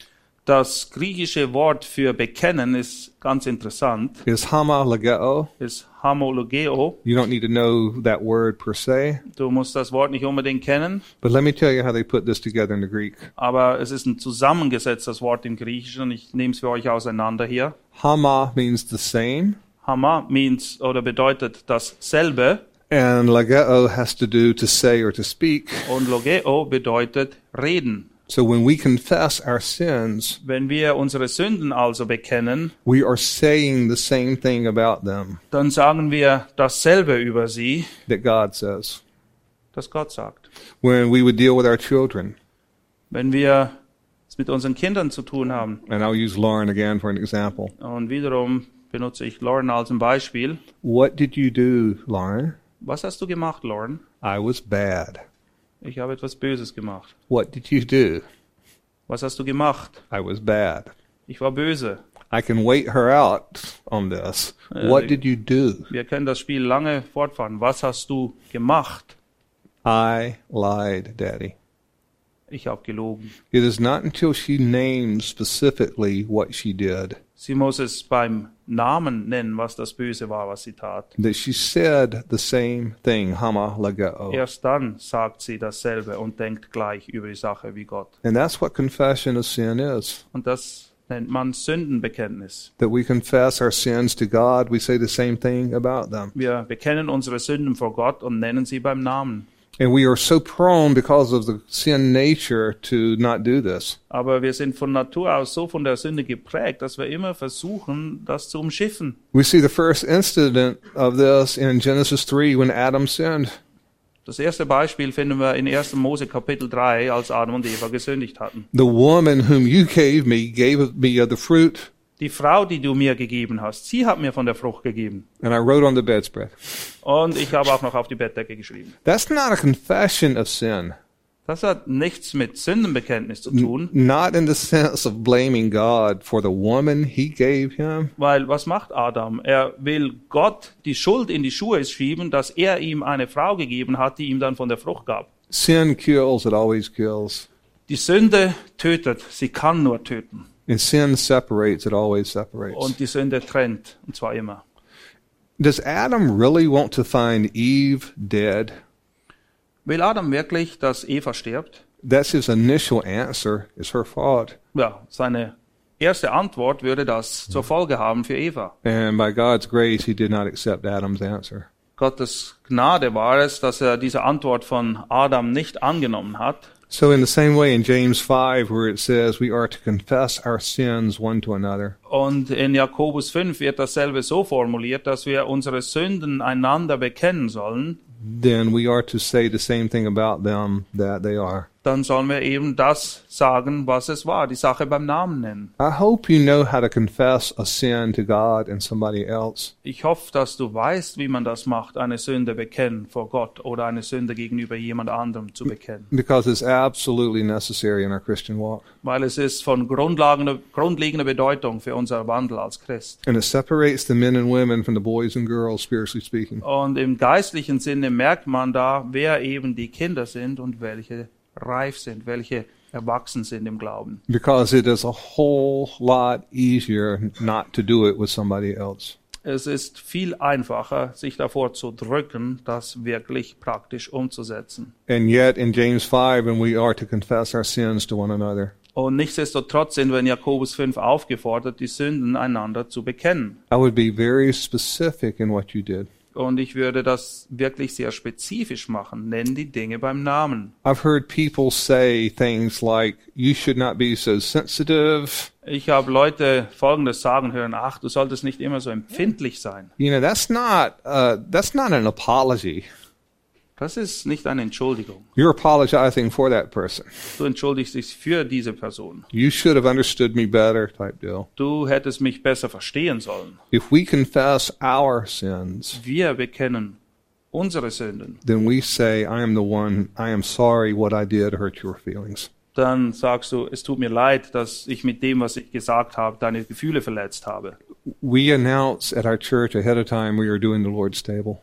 Das griechische Wort für bekennen ist ganz interessant,
is hama legeo.
ist homologeo.
You don't need to know that word per se,
Du musst das Wort nicht unbedingt kennen,
but let me tell you how they put this together in the Greek.
aber es ist ein zusammengesetztes Wort im Griechischen und ich nehme es für euch auseinander hier.
Hama means the same,
Hama means oder bedeutet dasselbe
and legeo has to do to say or to speak.
und logeo bedeutet reden.
So when we confess our sins,
Wenn wir unsere Sünden also bekennen,
we are saying the same thing about them
dann sagen wir dasselbe über sie,
that God says.
das Gott sagt.
When we would deal with our children,
Wenn wir es mit unseren Kindern zu tun haben,
and I'll use Lauren again for an example.
und wiederum benutze ich Lauren als ein Beispiel.
What did you do, Lauren?
Was hast du gemacht, Lauren?
I was bad.
Ich habe etwas Böses gemacht.
What did you do?
Was hast du gemacht?
I was bad.
Ich war böse.
I can wait her out on this.
Uh,
What
the-
did you do?
Wir können das Spiel lange fortfahren. Was hast du gemacht?
I lied, Daddy.
Ich habe gelogen.
It is not until she names specifically what she did
Sie muss es beim Namen nennen, was das Böse war, was sie tat.
that she said the same thing, Hama Legeo.
Erst dann sagt sie dasselbe und denkt gleich über die Sache wie Gott.
And that's what confession of sin is.
Und das nennt man Sündenbekenntnis.
That we confess our sins to God, we say the same thing about them.
Wir bekennen unsere Sünden vor Gott und nennen sie beim Namen.
And we are so prone because of the sin nature to not do this.
Aber wir sind von Natur aus so von der Sünde geprägt, dass wir immer versuchen, das zu umschiffen.
We see the first incident of this in Genesis 3 when Adam sinned.
Das erste Beispiel finden wir in 1. Mose Kapitel 3, als Adam und Eva gesündigt hatten.
The woman whom you gave me gave me of the fruit
die Frau, die du mir gegeben hast, sie hat mir von der Frucht gegeben.
And I wrote on the bedspread.
Und ich habe auch noch auf die Bettdecke geschrieben.
That's not a confession of sin.
Das hat nichts mit Sündenbekenntnis zu tun,
Not in the sense of blaming God for the woman he gave him.
weil was macht Adam? Er will Gott die Schuld in die Schuhe schieben, dass er ihm eine Frau gegeben hat, die ihm dann von der Frucht gab.
Sin kills, it always kills.
Die Sünde tötet, sie kann nur töten.
And sin separates, it always separates.
Und die Sünde trennt, und zwar immer.
Does Adam really want to find Eve dead?
Will Adam wirklich, dass Eva stirbt?
That's his initial answer. It's her fault.
Ja, seine erste Antwort würde das zur Folge haben für Eva.
And by God's grace, he did not accept Adam's answer.
Gottes Gnade war es, dass er diese Antwort von Adam nicht angenommen hat.
So, in the same way, in James 5, where it says we are to confess our sins one to another,
Und in Jakobus 5 wird dasselbe so formuliert, dass wir unsere Sünden einander bekennen sollen.
then we are to say the same thing about them that they are.
Dann sollen wir eben das sagen, was es war, die Sache beim Namen nennen.
I hope you know how to confess a sin to God and somebody else.
Ich hoffe, dass du weißt, wie man das macht, eine Sünde bekennen vor Gott oder eine Sünde gegenüber jemand anderem zu bekennen.
because it's absolutely necessary in our Christian walk.
Weil es ist von grundlegender, grundlegender Bedeutung für unseren Wandel als Christ.
And it separates the men and women from the boys and girls, spiritually speaking.
Und im geistlichen Sinne merkt man da, wer eben die Kinder sind und welche reif sind, welche erwachsen sind im Glauben.
Because it is a whole lot easier not to do it with somebody else.
Es ist viel einfacher, sich davor zu drücken, das wirklich praktisch umzusetzen.
And yet, in James 5, and we are to confess our sins to one another.
Und nichtsdestotrotz sind wir in Jakobus 5 aufgefordert, die Sünden einander zu bekennen.
I would be very specific in what you did.
Und ich würde das wirklich sehr spezifisch machen. Nennen die Dinge beim Namen.
I've heard people say things like, you should not be so sensitive.
Ich habe Leute Folgendes sagen hören, ach, du solltest nicht immer so empfindlich sein.
You know, that's not, uh, that's not an apology.
Das ist nicht eine Entschuldigung.
You're apologizing for that person.
Du entschuldigst dich für diese Person.
you should have understood me better type deal.
Du hättest mich besser verstehen sollen.
If we confess our sins,
Wir bekennen unsere Sünden.
then we say, I am the one, I am sorry what I did hurt your feelings.
Dann sagst du, es tut mir leid, dass ich mit dem, was ich gesagt habe, deine Gefühle verletzt habe.
We announce at our church ahead of time we are doing the Lord's table.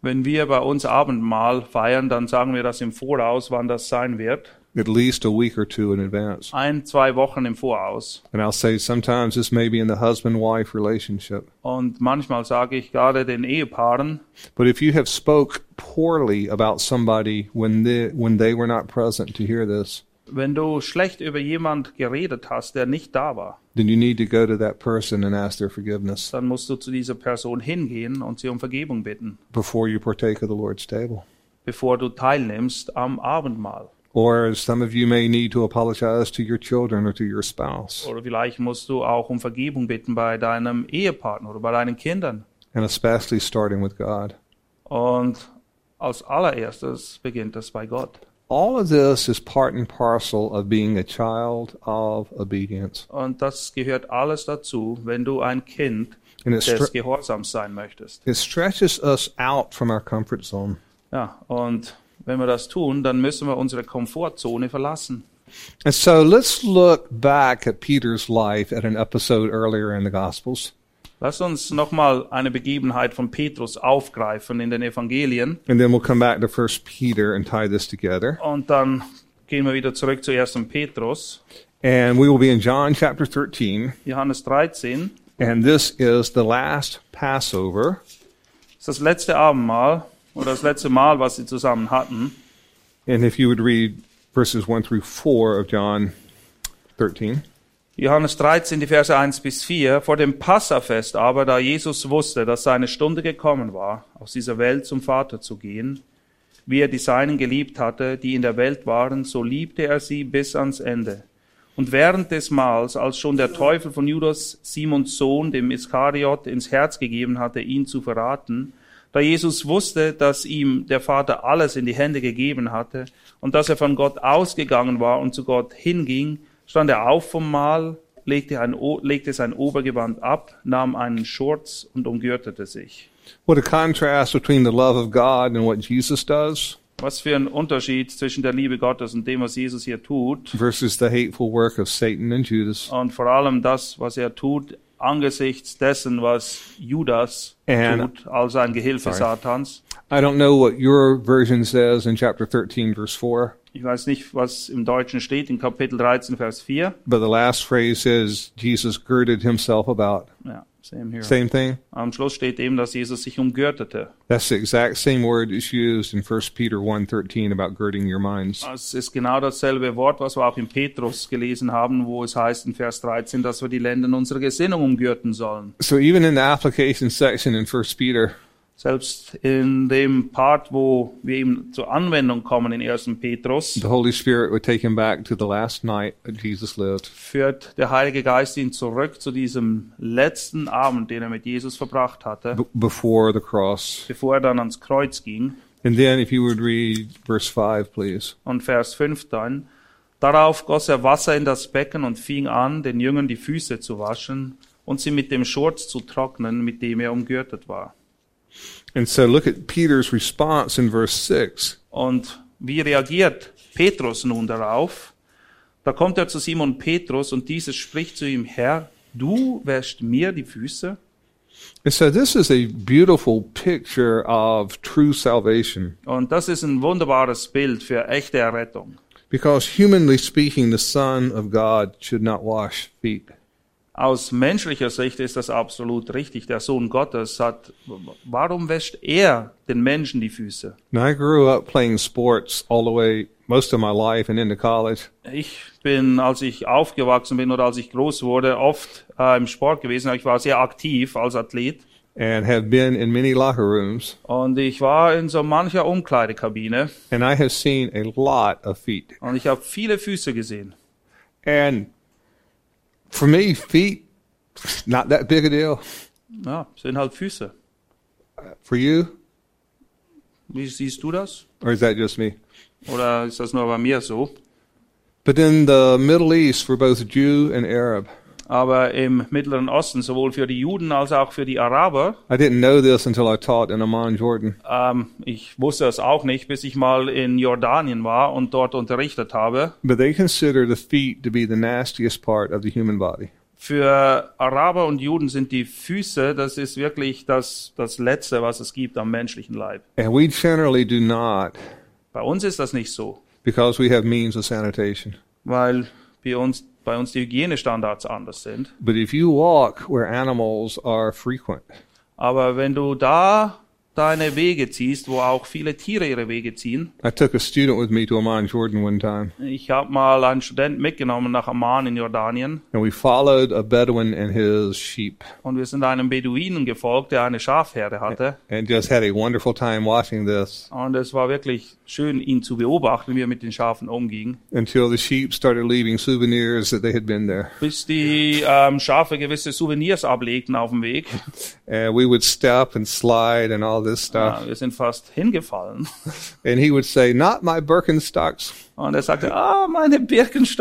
Wenn wir bei uns Abendmahl feiern, dann sagen wir das im Voraus, wann das sein wird.
At least a week or two in advance.
Ein, zwei Wochen im Voraus.
And I'll say sometimes this may be in the husband wife relationship.
Und manchmal sage ich gerade den Ehepaaren,
But if you have spoke poorly about somebody when they, when they were not present to hear this,
wenn du schlecht über jemand geredet hast, der nicht da war,
then you need to go to that person and ask their forgiveness
dann musst du zu dieser Person hingehen und sie um Vergebung bitten.
before you partake of the Lord's table.
bevor du teilnimmst am Abendmahl.
Or some of you may need to apologize to your children or to your spouse,
Oder vielleicht musst du auch um Vergebung bitten bei deinem Ehepartner oder bei deinen Kindern.
and especially starting with God.
Und als allererstes beginnt es bei Gott.
All of this is part and parcel of being a child of obedience.
Und das gehört alles dazu, wenn du ein Kind
And it,
des
stre-
Gehorsams sein möchtest.
it stretches us out from our comfort zone.
Ja, und wenn wir das tun, dann müssen wir unsere Komfortzone verlassen.
And so let's look back at Peter's life at an episode earlier in the Gospels.
Lass uns nochmal eine Begebenheit von Petrus aufgreifen in den Evangelien
And then we'll come back to First Peter and tie this together.
und dann gehen wir wieder zurück zu 1. Petrus,
And we will be in John chapter 13.
Johannes 13.
And this is the last Passover.
Das ist das letzte Abendmahl oder das letzte Mal, was sie zusammen hatten.
And if you would read verses 1 through 4 of John 13.
Johannes 13, die Verse 1 bis 4. Vor dem Passafest aber, da Jesus wusste, dass seine Stunde gekommen war, aus dieser Welt zum Vater zu gehen, wie er die Seinen geliebt hatte, die in der Welt waren, so liebte er sie bis ans Ende. Und während des Mahls, als schon der Teufel von Judas, Simons Sohn, dem Iskariot, ins Herz gegeben hatte, ihn zu verraten, da Jesus wusste, dass ihm der Vater alles in die Hände gegeben hatte und dass er von Gott ausgegangen war und zu Gott hinging, stand er auf vom Mahl, legte, ein, O- legte sein Obergewand ab, nahm einen Schurz und umgürtete sich.
What a contrast between the love of God and what Jesus does
Was für ein Unterschied zwischen der Liebe Gottes und dem, was Jesus hier tut.
versus the hateful work of Satan and Judas.
Und vor allem das, was er tut, angesichts dessen, was Judas
And-
tut, als ein Gehilfe
Äh, Sorry.
Satans.
I don't know what your version says in chapter 13, verse 4,
Ich weiß nicht, was im Deutschen steht, in Kapitel 13, Vers 4.
but the last phrase says Jesus girded himself about.
Ja, same here.
Same thing?
Am Schluss steht eben, dass Jesus sich umgürtete.
That's the exact same word that's used in 1 Peter 1 about girding your minds.
Es ist genau dasselbe Wort, was wir auch in Petrus gelesen haben, wo es heißt in Vers 13, dass wir die Lenden unserer Gesinnung umgürten sollen.
So even in the application section in 1 Peter,
Selbst in dem Part, wo wir eben zur Anwendung kommen in 1. Petrus,
the Holy Spirit would take him back to the last night that Jesus lived.
führt der Heilige Geist ihn zurück zu diesem letzten Abend, den er mit Jesus verbracht hatte,
b- before the cross.
bevor er dann ans Kreuz ging.
And then, if you would read verse 5, please.
und Vers 15. Darauf goss er Wasser in das Becken und fing an, den Jüngern die Füße zu waschen und sie mit dem Schurz zu trocknen, mit dem er umgürtet war.
And so, look at Peter's response in verse 6.
Und wie reagiert Petrus nun darauf? Da kommt er zu Simon Petrus und dieses spricht zu ihm, Herr, du wäschst mir die Füße?
And so, this is a beautiful picture of true salvation
Und das ist ein wunderbares Bild für echte Errettung.
because, humanly speaking, the Son of God should not wash feet.
Aus menschlicher Sicht ist das absolut richtig. Der Sohn Gottes hat, warum wäscht er den Menschen die Füße?
Now, I grew up playing sports all the way, most of my life, and into college.
Ich bin, als ich aufgewachsen bin oder als ich groß wurde, oft äh, im Sport gewesen. Ich war sehr aktiv als Athlet
And have been in many locker rooms,
und ich war in so mancher Umkleidekabine
and I have seen a lot of feet.
und ich habe viele Füße gesehen.
And for me, feet, not that big a deal.
Ja, sind halt Füße.
For you,
Wie siehst du das?
or is that just me?
Oder ist das nur bei mir so?
But in the Middle East, for both Jew and Arab,
Aber im Mittleren Osten, sowohl für die Juden als auch für die Araber,
I didn't know this until I taught in Amman, Jordan.
ähm, ich wusste es auch nicht, bis ich mal in Jordanien war und dort unterrichtet habe.
But they consider the feet to be the nastiest part of the human body.
Für Araber und Juden sind die Füße, das ist wirklich das, das Letzte, was es gibt am menschlichen Leib.
And we generally do not
Bei uns ist das nicht so,
because we have means of sanitation.
weil bei uns, bei uns die Hygienestandards anders sind.
But if you walk where animals are frequent,
Aber wenn du da deine Wege ziehst, wo auch viele Tiere ihre Wege ziehen.
I took a student with me to Amman, Jordan one time,
Ich habe mal einen Studenten mitgenommen nach Amman in Jordanien
and we followed a Bedouin and his sheep.
und wir sind einem Beduinen gefolgt, der eine Schafherde hatte.
and just had a wonderful time watching this
Und es war wirklich schön, ihn zu beobachten, wie er mit den Schafen umging.
until the sheep started leaving souvenirs that they had been there.
bis die ähm, Schafe gewisse Souvenirs ablegten auf dem Weg.
And we would step and slide and all this stuff.
Ja, wir sind fast hingefallen.
And he would say, Not my Birkenstocks.
Und er sagte, ah, meine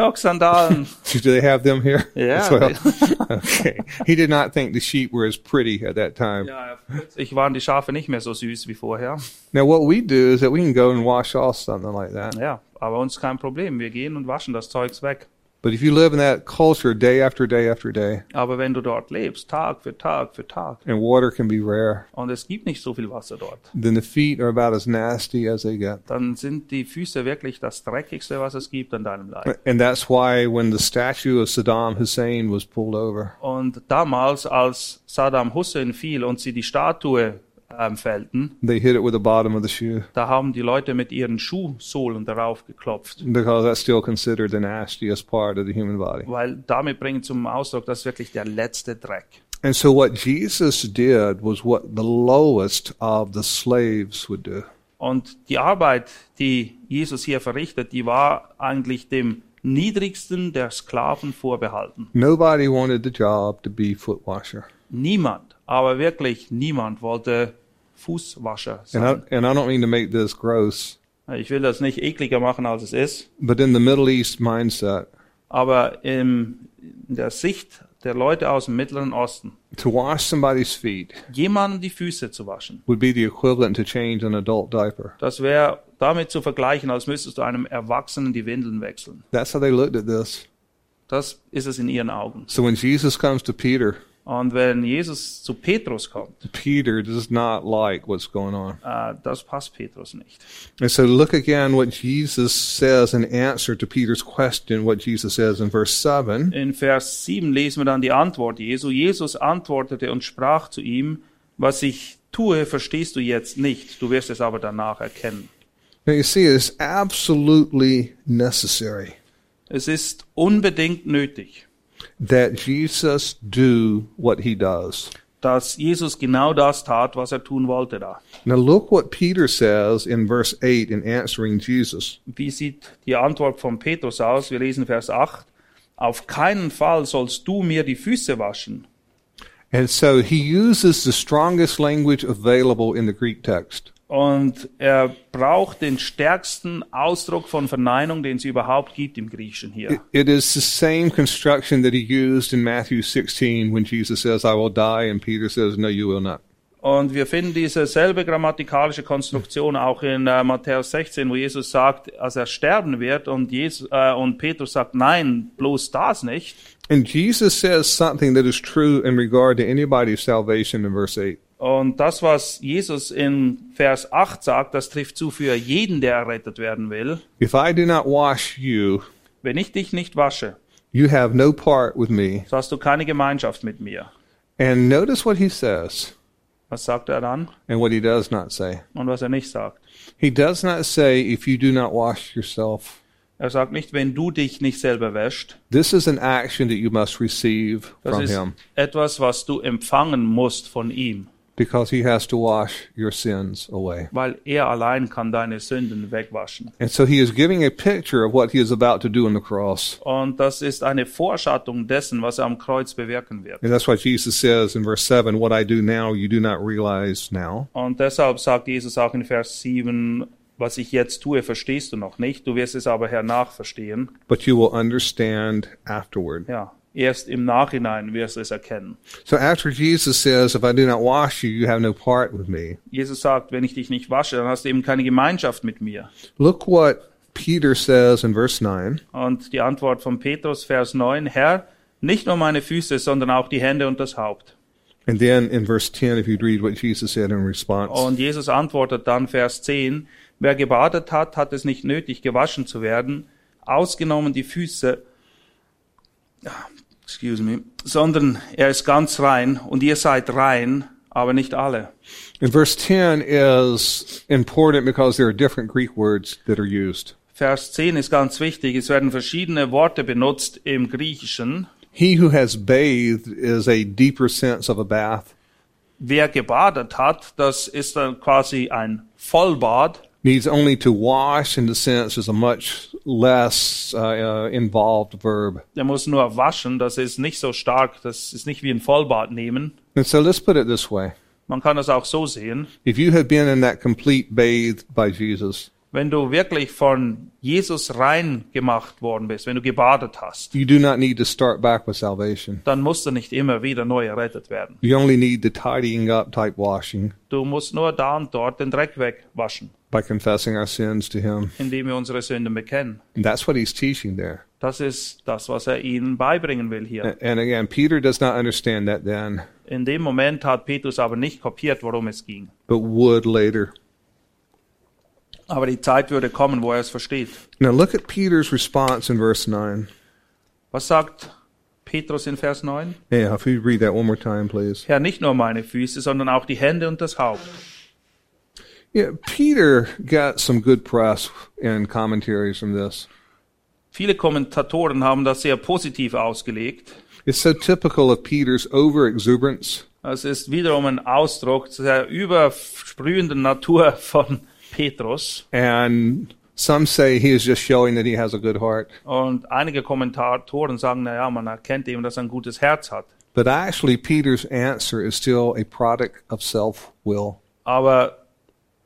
Birkenstock-Sandalen.
Do they have them here?
Yeah.
As well? okay. He did not think the sheep were as pretty at that time.
Ja, plötzlich waren die Schafe nicht mehr so süß wie vorher.
Now, what we do is that we can go and wash off something like that.
Ja, aber uns kein Problem. Wir gehen und waschen das Zeugs weg.
But if you live in that culture day after day after day,
Aber wenn du dort lebst, Tag für Tag für Tag,
and water can be rare,
und es gibt nicht so viel Wasser dort,
then the feet are about as nasty as they get.
dann sind die Füße wirklich das Dreckigste, was es gibt an deinem Leib.
And that's why when the statue of Saddam Hussein was pulled over,
Und damals, als Saddam Hussein fiel und sie die Statue ähm, fällten,
they hit it with the bottom of the shoe
Da haben die Leute mit ihren Schuhsohlen darauf geklopft,
because that's still considered the nastiest part of the human body.
weil damit bringen zum Ausdruck, das ist wirklich der letzte Dreck.
And so what Jesus did was what the lowest of the slaves would do.
Und die Arbeit, die Jesus hier verrichtet, die war eigentlich dem niedrigsten der Sklaven vorbehalten.
Nobody wanted the job to be foot washer.
Niemand, aber wirklich niemand wollte Fußwascher
And I,
sein.
and I don't mean to make this gross,
Ich will das nicht ekliger machen, als es ist,
but in the Middle East mindset,
aber im in der Sicht der Leute aus dem Mittleren Osten,
To wash somebody's feet
jemandem die Füße zu waschen.
would be the equivalent to change an adult diaper.
Das wäre damit zu vergleichen, als müsstest du einem Erwachsenen die Windeln wechseln.
That's how they looked at this.
Das ist es in ihren Augen.
So when Jesus comes to Peter,
Und wenn Jesus zu Petrus kommt,
Peter does not like what's going on.
äh, das passt Petrus nicht.
And so look again what Jesus says in answer to Peter's question, what Jesus says in verse 7.
In Vers 7 lesen wir dann die Antwort Jesu. Jesus antwortete und sprach zu ihm, was ich tue, verstehst du jetzt nicht, du wirst es aber danach erkennen.
Now you see, it's absolutely necessary
Es ist unbedingt nötig,
that Jesus do what he does.
dass Jesus genau das tat, was er tun wollte da.
Now look what Peter says in verse 8 in answering Jesus.
Wie sieht die Antwort von Petrus aus? Wir lesen Vers 8. Auf keinen Fall sollst du mir die Füße waschen.
And so he uses the strongest language available in the Greek text.
Und er braucht den stärksten Ausdruck von Verneinung, den es überhaupt gibt im Griechischen hier.
It is the same construction that he used in Matthew 16 when Jesus says, I will die, and Peter says, No, you will not.
Und wir finden diese selbe grammatikalische Konstruktion auch in äh, Matthäus 16, wo Jesus sagt, als er sterben wird und, Jesus, äh, und Petrus sagt, nein, bloß das nicht.
And Jesus says something that is true in regard to anybody's salvation in verse 8.
Und das, was Jesus in Vers 8 sagt, das trifft zu für jeden, der errettet werden will.
If I do not wash you,
Wenn ich dich nicht wasche,
you have no part with me.
so hast du keine Gemeinschaft mit mir.
And notice what he says
Was sagt er dann
and what he does not say.
und was er nicht sagt?
He does not say, If you do not wash yourself,
Er sagt nicht, wenn du dich nicht selber wäscht.
this is an action that you must receive
Das
from
ist
him
etwas, was du empfangen musst von ihm,
because he has to wash your sins away.
weil er allein kann deine Sünden wegwaschen.
And so he is giving a picture of what he is about to do on the cross.
Und das ist eine Vorschattung dessen, was er am Kreuz bewirken wird.
And that's why Jesus says in verse 7, What I do now, you do not realize now.
Und deshalb sagt Jesus auch in Vers 7, was ich jetzt tue, verstehst du noch nicht, du wirst es aber hernach verstehen.
but you will understand afterward.
Ja, erst im Nachhinein wirst du es erkennen.
So after Jesus says, If I do not wash you, you have no part with me,
Jesus sagt, wenn ich dich nicht wasche, dann hast du eben keine Gemeinschaft mit mir.
look what Peter says in verse 9.
Und die Antwort von Petrus, Vers 9, Herr, nicht nur meine Füße, sondern auch die Hände und das Haupt.
And then in verse 10, if you read what Jesus said in response,
Und Jesus antwortet dann Vers 10, wer gebadet hat, hat es nicht nötig, gewaschen zu werden, ausgenommen die Füße, Ah, excuse me, sondern er ist ganz rein und ihr seid rein, aber nicht alle.
and verse 10 is important because there are different Greek words that are used.
Vers 10 ist ganz wichtig, es werden verschiedene Worte benutzt im Griechischen.
He who has bathed is a deeper sense of a bath,
Wer gebadet hat, das ist dann quasi ein Vollbad.
needs only to wash in the sense is a much less uh, uh, involved verb.
Der muss nur waschen, das ist nicht so stark, das ist nicht wie ein Vollbad nehmen.
And so let's put it this way.
Man kann das auch so sehen.
If you have been in that complete bathed by Jesus,
wenn du wirklich von Jesus rein gemacht worden bist, wenn du gebadet hast,
you do not need to start back with salvation.
dann musst du nicht immer wieder neu errettet werden.
You only need the tidying up type washing
Du musst nur da und dort den Dreck wegwaschen,
by confessing our sins to Him.
indem wir unsere Sünden bekennen.
And that's what he's teaching there.
Das ist das, was er ihnen beibringen will hier.
A- And again, Peter does not understand that then,
In dem Moment hat Petrus aber nicht kapiert, worum es ging.
but would later.
Aber die Zeit würde kommen, wo er es versteht.
Now look at Peter's response in verse 9.
Was sagt Petrus in Vers 9?
Yeah, if you read that one more time, please.
Herr, nicht nur meine Füße, sondern auch die Hände und das Haupt.
Yeah, Peter got some good press and commentaries from this.
Viele Kommentatoren haben das sehr positiv ausgelegt.
It's so typical of Peter's over exuberance.
Es ist wiederum ein Ausdruck der übersprühenden Natur von Petrus.
And some say he is just showing that he has a good heart.
Und einige Kommentatoren sagen, naja, man erkennt eben, dass er ein gutes Herz hat.
But actually, Peter's answer is still a product of self will.
Aber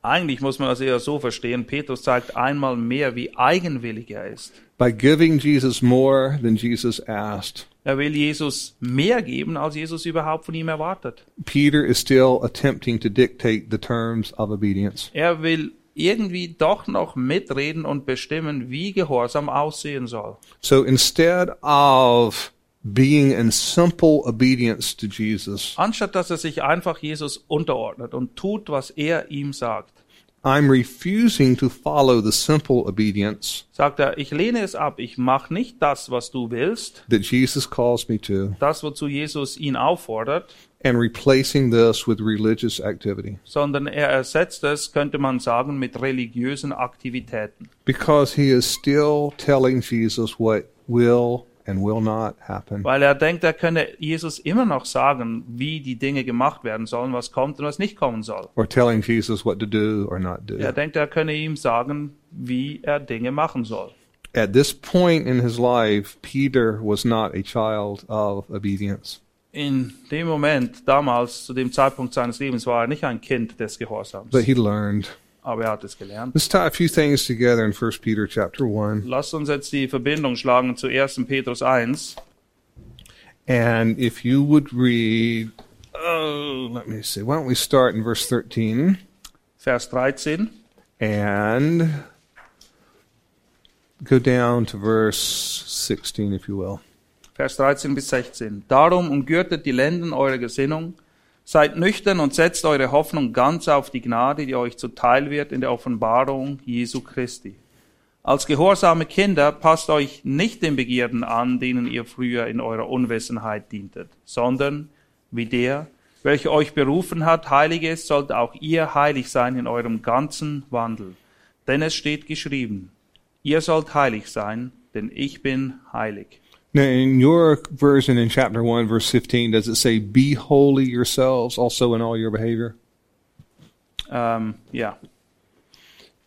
Eigentlich muss man das eher so verstehen. Petrus zeigt einmal mehr, wie eigenwillig er ist.
by giving Jesus more than Jesus asked.
Er will Jesus mehr geben, als Jesus überhaupt von ihm erwartet.
Peter is still attempting to dictate the terms of obedience.
Er will irgendwie doch noch mitreden und bestimmen, wie Gehorsam aussehen soll.
So instead of being in simple obedience to Jesus,
Anstatt dass er sich einfach Jesus unterordnet und tut, was er ihm sagt,
I'm refusing to follow the simple obedience
sagt er, ich lehne es ab, ich mache nicht das, was du willst,
that Jesus calls me to
das, wozu Jesus ihn auffordert,
and replacing this with religious activity
sondern er ersetzt es, könnte man sagen, mit religiösen Aktivitäten.
because he is still telling Jesus what will and will not happen.
Weil er denkt, er könne Jesus immer noch sagen, wie die Dinge gemacht werden sollen, was kommt und was nicht kommen soll.
Or telling Jesus what to do or not do.
Er denkt, er könne ihm sagen, wie er Dinge machen soll.
At this point in his life, Peter was not a child of obedience.
In dem Moment, damals, zu dem Zeitpunkt seines Lebens, war er nicht ein Kind des Gehorsams,
But he learned.
aber er hat es gelernt.
Let's tie a few things together in 1 Peter chapter 1.
Lasst uns jetzt die Verbindung schlagen zu 1. Petrus 1.
And if you would read, oh,
Äh,
let me see. Why don't we start in verse 13
Vers 13
and go down to verse 16, if you will.
Vers 13 bis 16. Darum umgürtet die Lenden eure Gesinnung, seid nüchtern und setzt eure Hoffnung ganz auf die Gnade, die euch zuteil wird in der Offenbarung Jesu Christi. Als gehorsame Kinder passt euch nicht den Begierden an, denen ihr früher in eurer Unwissenheit dientet, sondern wie der, welcher euch berufen hat, heilig ist, sollt auch ihr heilig sein in eurem ganzen Wandel. Denn es steht geschrieben, ihr sollt heilig sein, denn ich bin heilig.
Now, in your version in chapter 1, verse 15, does it say, Be holy yourselves also in all your behavior?
Ähm, ja.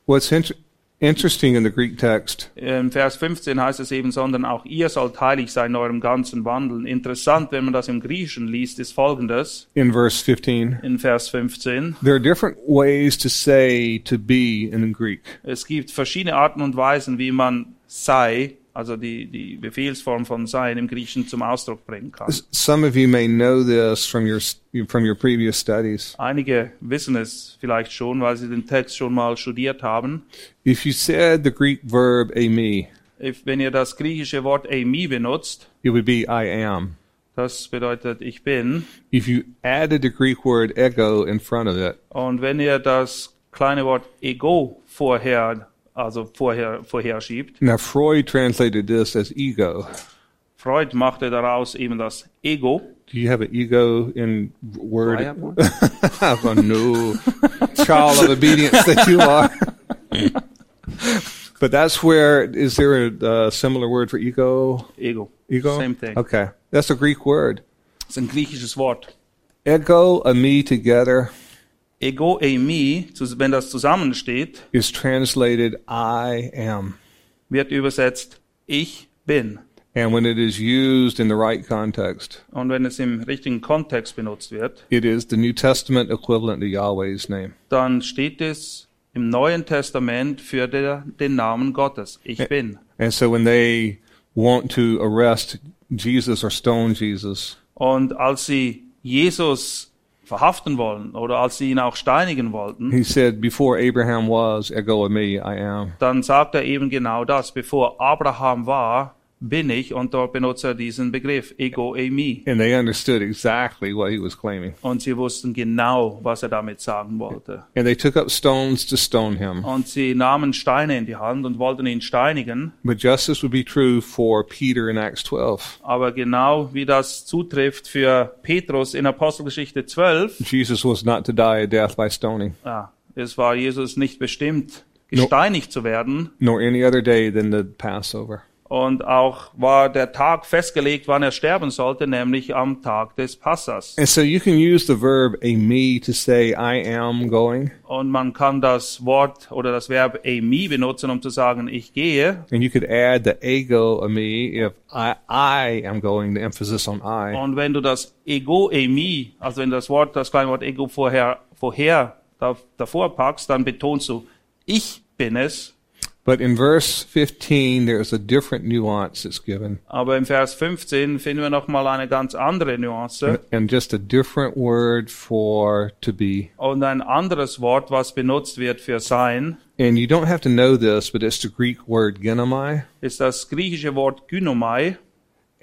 What's inter- interesting in the Greek text
Im Vers 15 heißt es eben, sondern auch ihr sollt heilig sein in eurem ganzen Wandeln. Interessant, wenn man das im Griechischen liest, ist folgendes
in verse 15,
in Vers 15.
there are different ways to say to be in Greek.
Es gibt verschiedene Arten und Weisen, wie man sei, also die, die Befehlsform von sein im Griechischen zum Ausdruck bringen kann.
S- Some of you may know this from your s- from your previous studies.
Einige wissen es vielleicht schon, weil sie den Text schon mal studiert haben.
If you said the Greek verb "ami,"
If- Wenn ihr das griechische Wort Amy benutzt,
it would be "I am."
das bedeutet ich bin.
If you added the Greek word "ego" in front of it,
Und wenn ihr das kleine Wort Ego vorher, also vorher, vorher schiebt,
now Freud translated this as "ego."
Freud machte daraus eben das Ego.
Do you have an ego in word?
Freud
have a new child of obedience that you are. but that's where is there a, uh similar word for ego?
Ego.
Ego.
Same thing.
Okay, that's a Greek word.
Das ist ein griechisches Wort.
Ego and me together
Ego, Eimi, zus- wenn das zusammensteht,
is translated I am.
wird übersetzt Ich bin.
And when it is used in the right context,
Und wenn es im richtigen Kontext benutzt wird,
it is the New Testament equivalent to Yahweh's name.
dann steht es im Neuen Testament für der, den Namen Gottes. Ich bin.
And so when they want to arrest Jesus or stone Jesus,
Und als sie Jesus verhaften wollen oder als sie ihn auch steinigen wollten,
he said, Before Abraham was, ego and me, I am.
dann sagt er eben genau das. Bevor Abraham war, bin ich und dort benutzt er diesen Begriff Ego Eimi.
And they understood exactly what he was claiming.
Und sie wussten genau, was er damit sagen wollte.
And they took up stones to stone him.
Und sie nahmen Steine in die Hand und wollten ihn steinigen.
But justice would be true for Peter in Acts 12.
Aber genau wie das zutrifft für Petrus in Apostelgeschichte 12,
Jesus was not to die a death by stoning,
ja, es war Jesus nicht bestimmt, gesteinigt zu werden.
nor any other day than the Passover.
Und auch war der Tag festgelegt, wann er sterben sollte, nämlich am Tag des Passas.
And so you can use the verb a me to say I am going,
Und man kann das Wort oder das Verb Amy benutzen, um zu sagen, ich gehe.
and you could add the ego a me if I I am going, the emphasis on I.
Und wenn du das Ego Amy, also wenn das Wort, das kleine Wort Ego vorher, vorher da, davor packst, dann betonst du, ich bin es.
But in verse 15, there's a different nuance that's given
Aber im Vers 15 finden wir nochmal eine ganz andere Nuance
and just a different word for to be.
und ein anderes Wort, was benutzt wird für sein,
And you don't have to know this, but it's the Greek word genomai,
ist das griechische Wort Gynomai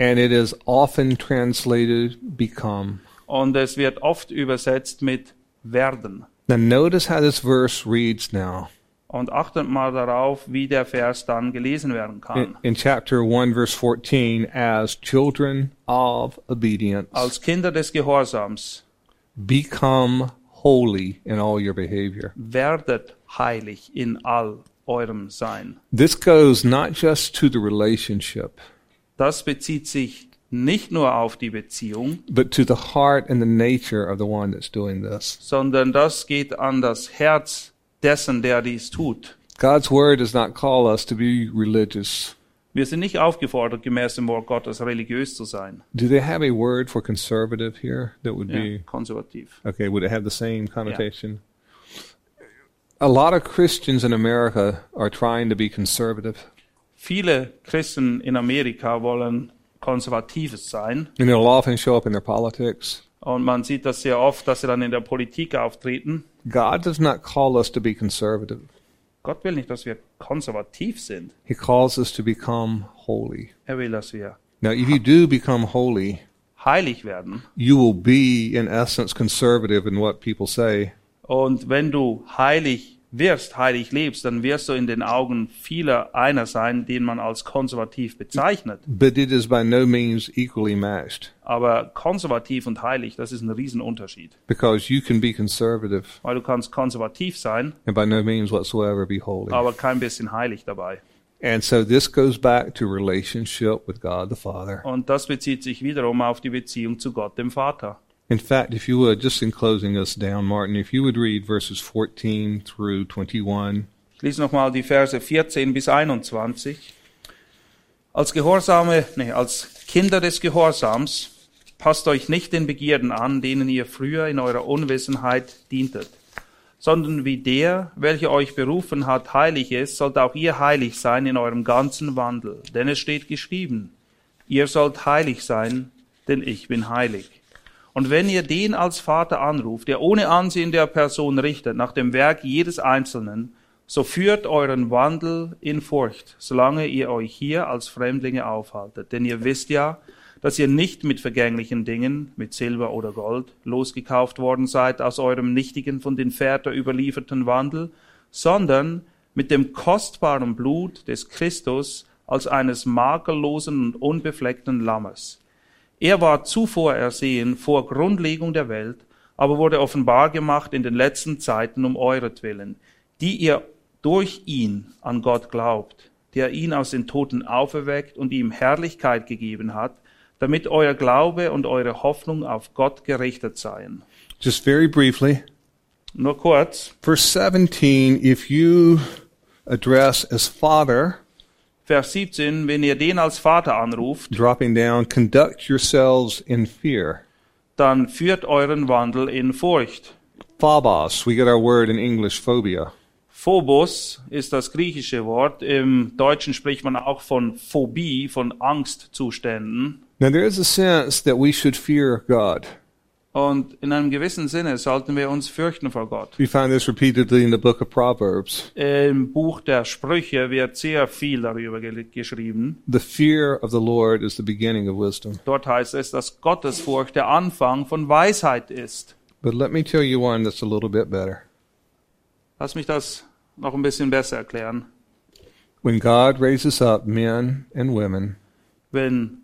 and it is often translated become.
und es wird oft übersetzt mit werden.
Now notice how this verse reads now.
Und achtet mal darauf, wie der Vers dann gelesen werden
In,
kann.
in chapter 1 verse 14 as children of obedience
Als Kinder des Gehorsams
become holy in all your behavior.
werdet heilig in all eurem Sein.
This goes not just to the relationship,
Das bezieht sich nicht nur auf die Beziehung,
but to the heart and the nature of the one that's doing this.
sondern das geht an das Herz dessen, der dies tut.
God's word does not call us to be religious.
Wir sind nicht aufgefordert, gemäß dem Wort Gottes religiös zu sein.
Do they have a word for conservative here that would
Ja,
be
konservativ.
okay, would it have the same connotation? A lot of Christians in America are trying to be conservative.
Viele Christen in Amerika wollen konservatives sein.
And it'll often show up in their politics.
Und man sieht das sehr oft, dass sie dann in der Politik auftreten.
God does not call us to be conservative.
Gott will nicht, dass wir konservativ sind.
He calls us to become holy.
Er will, dass wir
Now, if you do become holy,
heilig werden.
you will be, in essence, conservative in what people say.
Und wenn du heilig wirst, heilig lebst, dann wirst du in den Augen vieler einer sein, den man als konservativ bezeichnet.
But it is by no means equally matched
Aber konservativ und heilig, das ist ein Riesenunterschied.
because you can be conservative
Weil du kannst konservativ sein,
and by no means whatsoever be holy.
aber kein bisschen heilig dabei.
And so this goes back to relationship with God the Father.
Und das bezieht sich wiederum auf die Beziehung zu Gott, dem Vater.
In fact, if you would, just in closing us down, Martin, if you would read verses 14 through 21.
Ich lese nochmal die Verse 14 bis 21. Als Gehorsame, nee, als Kinder des Gehorsams, passt euch nicht den Begierden an, denen ihr früher in eurer Unwissenheit dientet, sondern wie der, welcher euch berufen hat, heilig ist, sollt auch ihr heilig sein in eurem ganzen Wandel. Denn es steht geschrieben, ihr sollt heilig sein, denn ich bin heilig. Und wenn ihr den als Vater anruft, der ohne Ansehen der Person richtet, nach dem Werk jedes Einzelnen, so führt euren Wandel in Furcht, solange ihr euch hier als Fremdlinge aufhaltet. Denn ihr wisst ja, dass ihr nicht mit vergänglichen Dingen, mit Silber oder Gold, losgekauft worden seid aus eurem nichtigen, von den Vätern überlieferten Wandel, sondern mit dem kostbaren Blut des Christus als eines makellosen und unbefleckten Lammes. Er war zuvor ersehen vor Grundlegung der Welt, aber wurde offenbar gemacht in den letzten Zeiten um euretwillen, die ihr durch ihn an Gott glaubt, der ihn aus den Toten auferweckt und ihm Herrlichkeit gegeben hat, damit euer Glaube und eure Hoffnung auf Gott gerichtet seien.
Just very briefly,
Nur kurz,
Verse 17, if you address as Father,
Vers 17, wenn ihr den als Vater anruft,
dropping down, conduct yourselves in fear.
dann führt euren Wandel in Furcht.
Phobos, we get our word in English, phobia.
Phobos ist das griechische Wort. Im Deutschen spricht man auch von Phobie, von Angstzuständen.
Now, there is a sense that we should fear God.
Und in einem gewissen Sinne sollten wir uns fürchten vor Gott.
We find this repeatedly in the book of Proverbs.
Im Buch der Sprüche wird sehr viel darüber ge- geschrieben.
The fear of the Lord is the beginning of wisdom.
Dort heißt es, dass Gottesfurcht der Anfang von Weisheit ist.
But let me tell you one that's a little bit better.
Lass mich das noch ein bisschen besser erklären.
When God raises up men and women
Wenn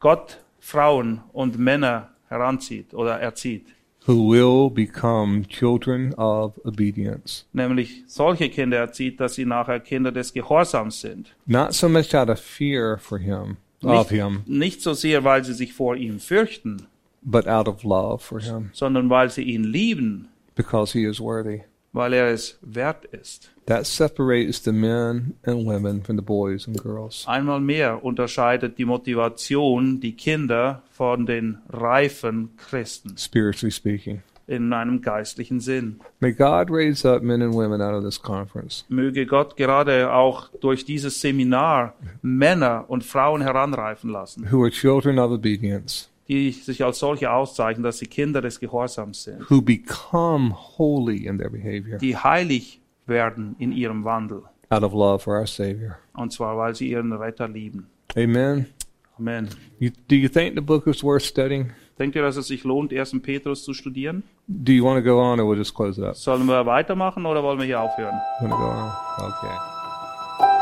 Gott Frauen und Männer heranzieht oder erzieht,
who will become children of obedience,
nämlich solche Kinder erzieht, dass sie nachher Kinder des Gehorsams sind.
not so much out of fear for him, of him,
Nicht so sehr, weil sie sich vor ihm fürchten,
but out of love for him
sondern weil sie ihn lieben,
because he is worthy.
weil er es wert ist.
That separates the men and women from the boys and girls.
Einmal mehr unterscheidet die Motivation die Kinder von den reifen Christen,
spiritually speaking.
äh, in einem geistlichen Sinn.
May God raise up men and women out of this conference
Möge Gott gerade auch durch dieses Seminar Männer und Frauen heranreifen lassen,
who are children of obedience,
die sich als solche auszeichnen, dass sie Kinder des Gehorsams sind,
who become holy in their behavior
die heilig werden in ihrem Wandel,
out of love for our Savior.
und zwar weil sie ihren Retter lieben.
Amen.
Amen.
You, do you think the book is worth studying?
Denkt ihr, dass es sich lohnt, 1. Petrus zu studieren?
Do you want to go on, or we'll just close it up?
Sollen wir weitermachen oder wollen wir hier aufhören?
Want to go on? Okay.